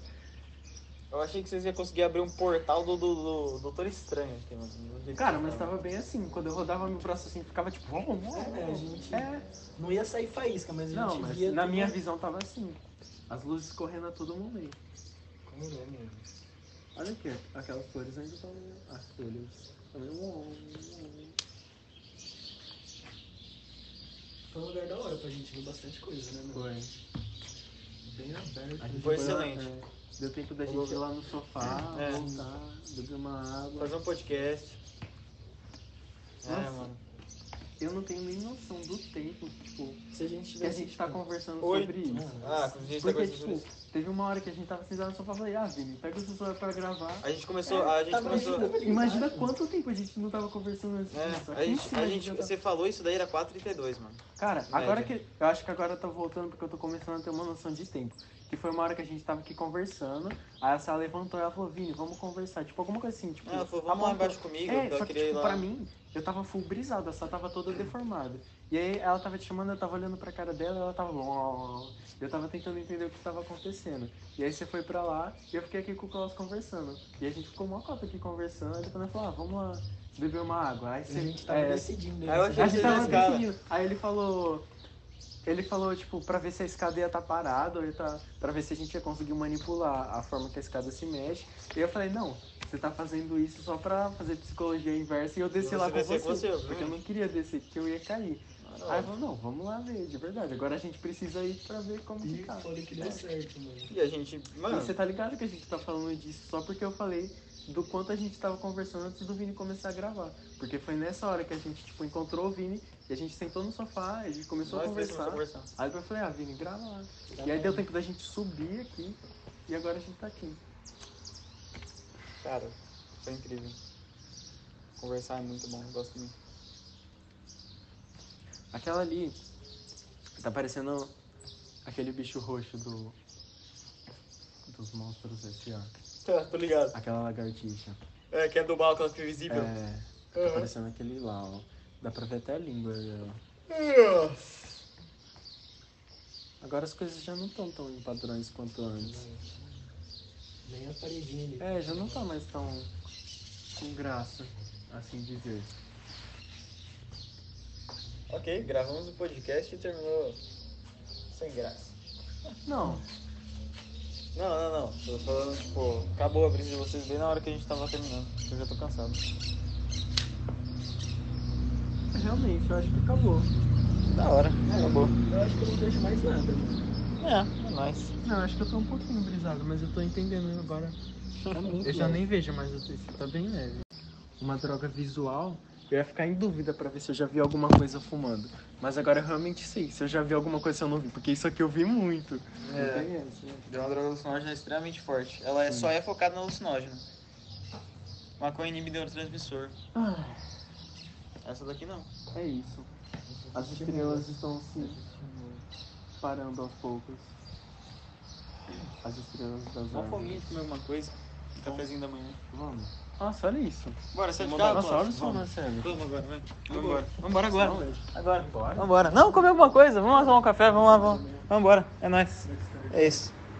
Eu achei que vocês iam conseguir abrir um portal do, do, do Doutor Estranho aqui, mano. Do jeito
Cara,
que
mas tava bem assim. Quando eu rodava meu braço assim, ficava tipo. Vum, vum, vum.
É, a gente
É.
não ia sair faísca, mas a gente
Não, mas
via...
na
tudo.
minha visão tava assim. As luzes correndo a todo momento.
Como é, mano?
Olha aqui, aquelas flores ainda estão. As folhas.
Foi um lugar da hora pra gente ver bastante coisa, né, mano?
Foi.
Bem aberto.
A gente
Foi
lá-
excelente.
é, deu tempo da gente ir lá no sofá,
É.
voltar, beber uma água.
Fazer um podcast. É,
Nossa.
mano.
eu não tenho nem noção do tempo, tipo,
Se a gente
que a
tivesse.
gente tá conversando
Oi.
sobre isso.
Ah, a gente tá
Porque,
conversando sobre
tipo,
isso.
teve uma hora que a gente tava sentado no sofá e falei, ah, Vini, pega o seu celular pra gravar.
A gente começou. A gente começou.
Imagina quanto tempo a gente não tava conversando antes disso.
É, a
Quem
gente,
se
a
imagina
gente,
que eu tava-
você falou isso daí era 4h32, mano.
Cara, agora
Média.
que. Eu acho que agora eu tô voltando porque eu tô começando a ter uma noção de tempo. Que foi uma hora que a gente tava aqui conversando, aí a Sara levantou e ela falou, Vini, vamos conversar. Tipo, alguma coisa assim, tipo.
Ah, ela falou, vamos lá
apontou-
embaixo comigo,
É,
que eu
só que,
queria ir
tipo,
lá.
pra mim, eu tava full brisado, só tava toda deformada. E aí ela tava te chamando, eu tava olhando pra cara dela, ela tava. Eu tava tentando entender o que tava acontecendo. E aí você foi pra lá e eu fiquei aqui com o Klaus conversando. E a gente ficou uma cota aqui conversando, e depois ela falou, ah, vamos lá beber uma água. Aí
A
você.
gente tava
é,
decidindo.
Aí eu achei
a
né?
gente
Vocês
tava
na escala.
decidindo. Aí ele falou. Ele falou, tipo, pra ver se a escada ia tá parada, ou ia tá, pra ver se a gente ia conseguir manipular a forma que a escada se mexe. E eu falei, não, você tá fazendo isso só pra fazer psicologia inversa e eu desci
E
lá
você
com
desceu
você.
com você,
porque eu
hum.
não queria descer, porque eu ia cair. Aí eu falei, não, vamos lá ver, de verdade. Agora a gente precisa ir pra ver como
E
que tá.
foda que deu certo, mano.
E a gente,
E
mano,
você tá ligado que a gente tá falando disso só porque eu falei do quanto a gente tava conversando antes do Vini começar a gravar. Porque foi nessa hora que a gente, tipo, encontrou o Vini e a gente sentou no sofá, a gente começou a
nós três
conversar.
começamos a conversar.
Aí eu falei, ah, Vini, grava lá. E aí deu tempo da gente subir aqui e agora a gente tá aqui.
Cara, foi incrível. Conversar é muito bom, eu gosto muito.
Aquela ali tá parecendo aquele bicho roxo do. Dos monstros aqui, ó.
Tá, tô ligado.
Aquela lagartixa.
É, que é do balcão que fica invisível.
É. Tá parecendo aquele lá, ó. Dá pra ver até a língua né? dela.
Ah.
Agora as coisas já não estão tão em padrões quanto antes.
Nem a paredinha ali.
É, já não tá mais tão com graça, assim dizer.
Ok, gravamos o podcast e terminou sem graça.
Não,
Não, não, não. Tô falando, tipo, acabou a brisa de vocês
é
bem na hora que a gente tava terminando. porque Eu já tô cansado.
realmente, eu acho que tá, acabou.
Da hora, acabou.
Eu acho que eu não vejo mais nada, mano.
É, é nóis.
Não, acho que eu tô um pouquinho brisado, mas eu tô entendendo agora.
Tá muito
Eu já
leve.
nem vejo mais o tecido, tá bem leve. Uma droga visual, eu ia ficar em dúvida pra ver se eu já vi alguma coisa fumando. Mas agora eu realmente sei se eu já vi alguma coisa se eu não vi, porque isso aqui eu vi muito.
É.
Não tem essa, né?
De uma droga alucinógena extremamente forte. Ela é, só é focada no alucinógeno. Maconha inibe neurotransmissor.
Ah,
Essa daqui não.
é isso. As estrelas estão assim. se parando aos poucos. As estrelas das
Uma fominha
árvores.
de comer alguma coisa. Um cafezinho da manhã.
Vamos. Nossa, olha isso.
Bora, sai de
Nossa,
casa.
olha o
Cláudio.
som, Marcelo.
tá Vamos agora, vai. Vamos embora. Vamos embora agora.
Não,
Agora.
Bora.
Vambora. Não, comer alguma coisa. Vamos lá tomar um café. Vamos lá, vamos. Vambora. É nóis. É isso.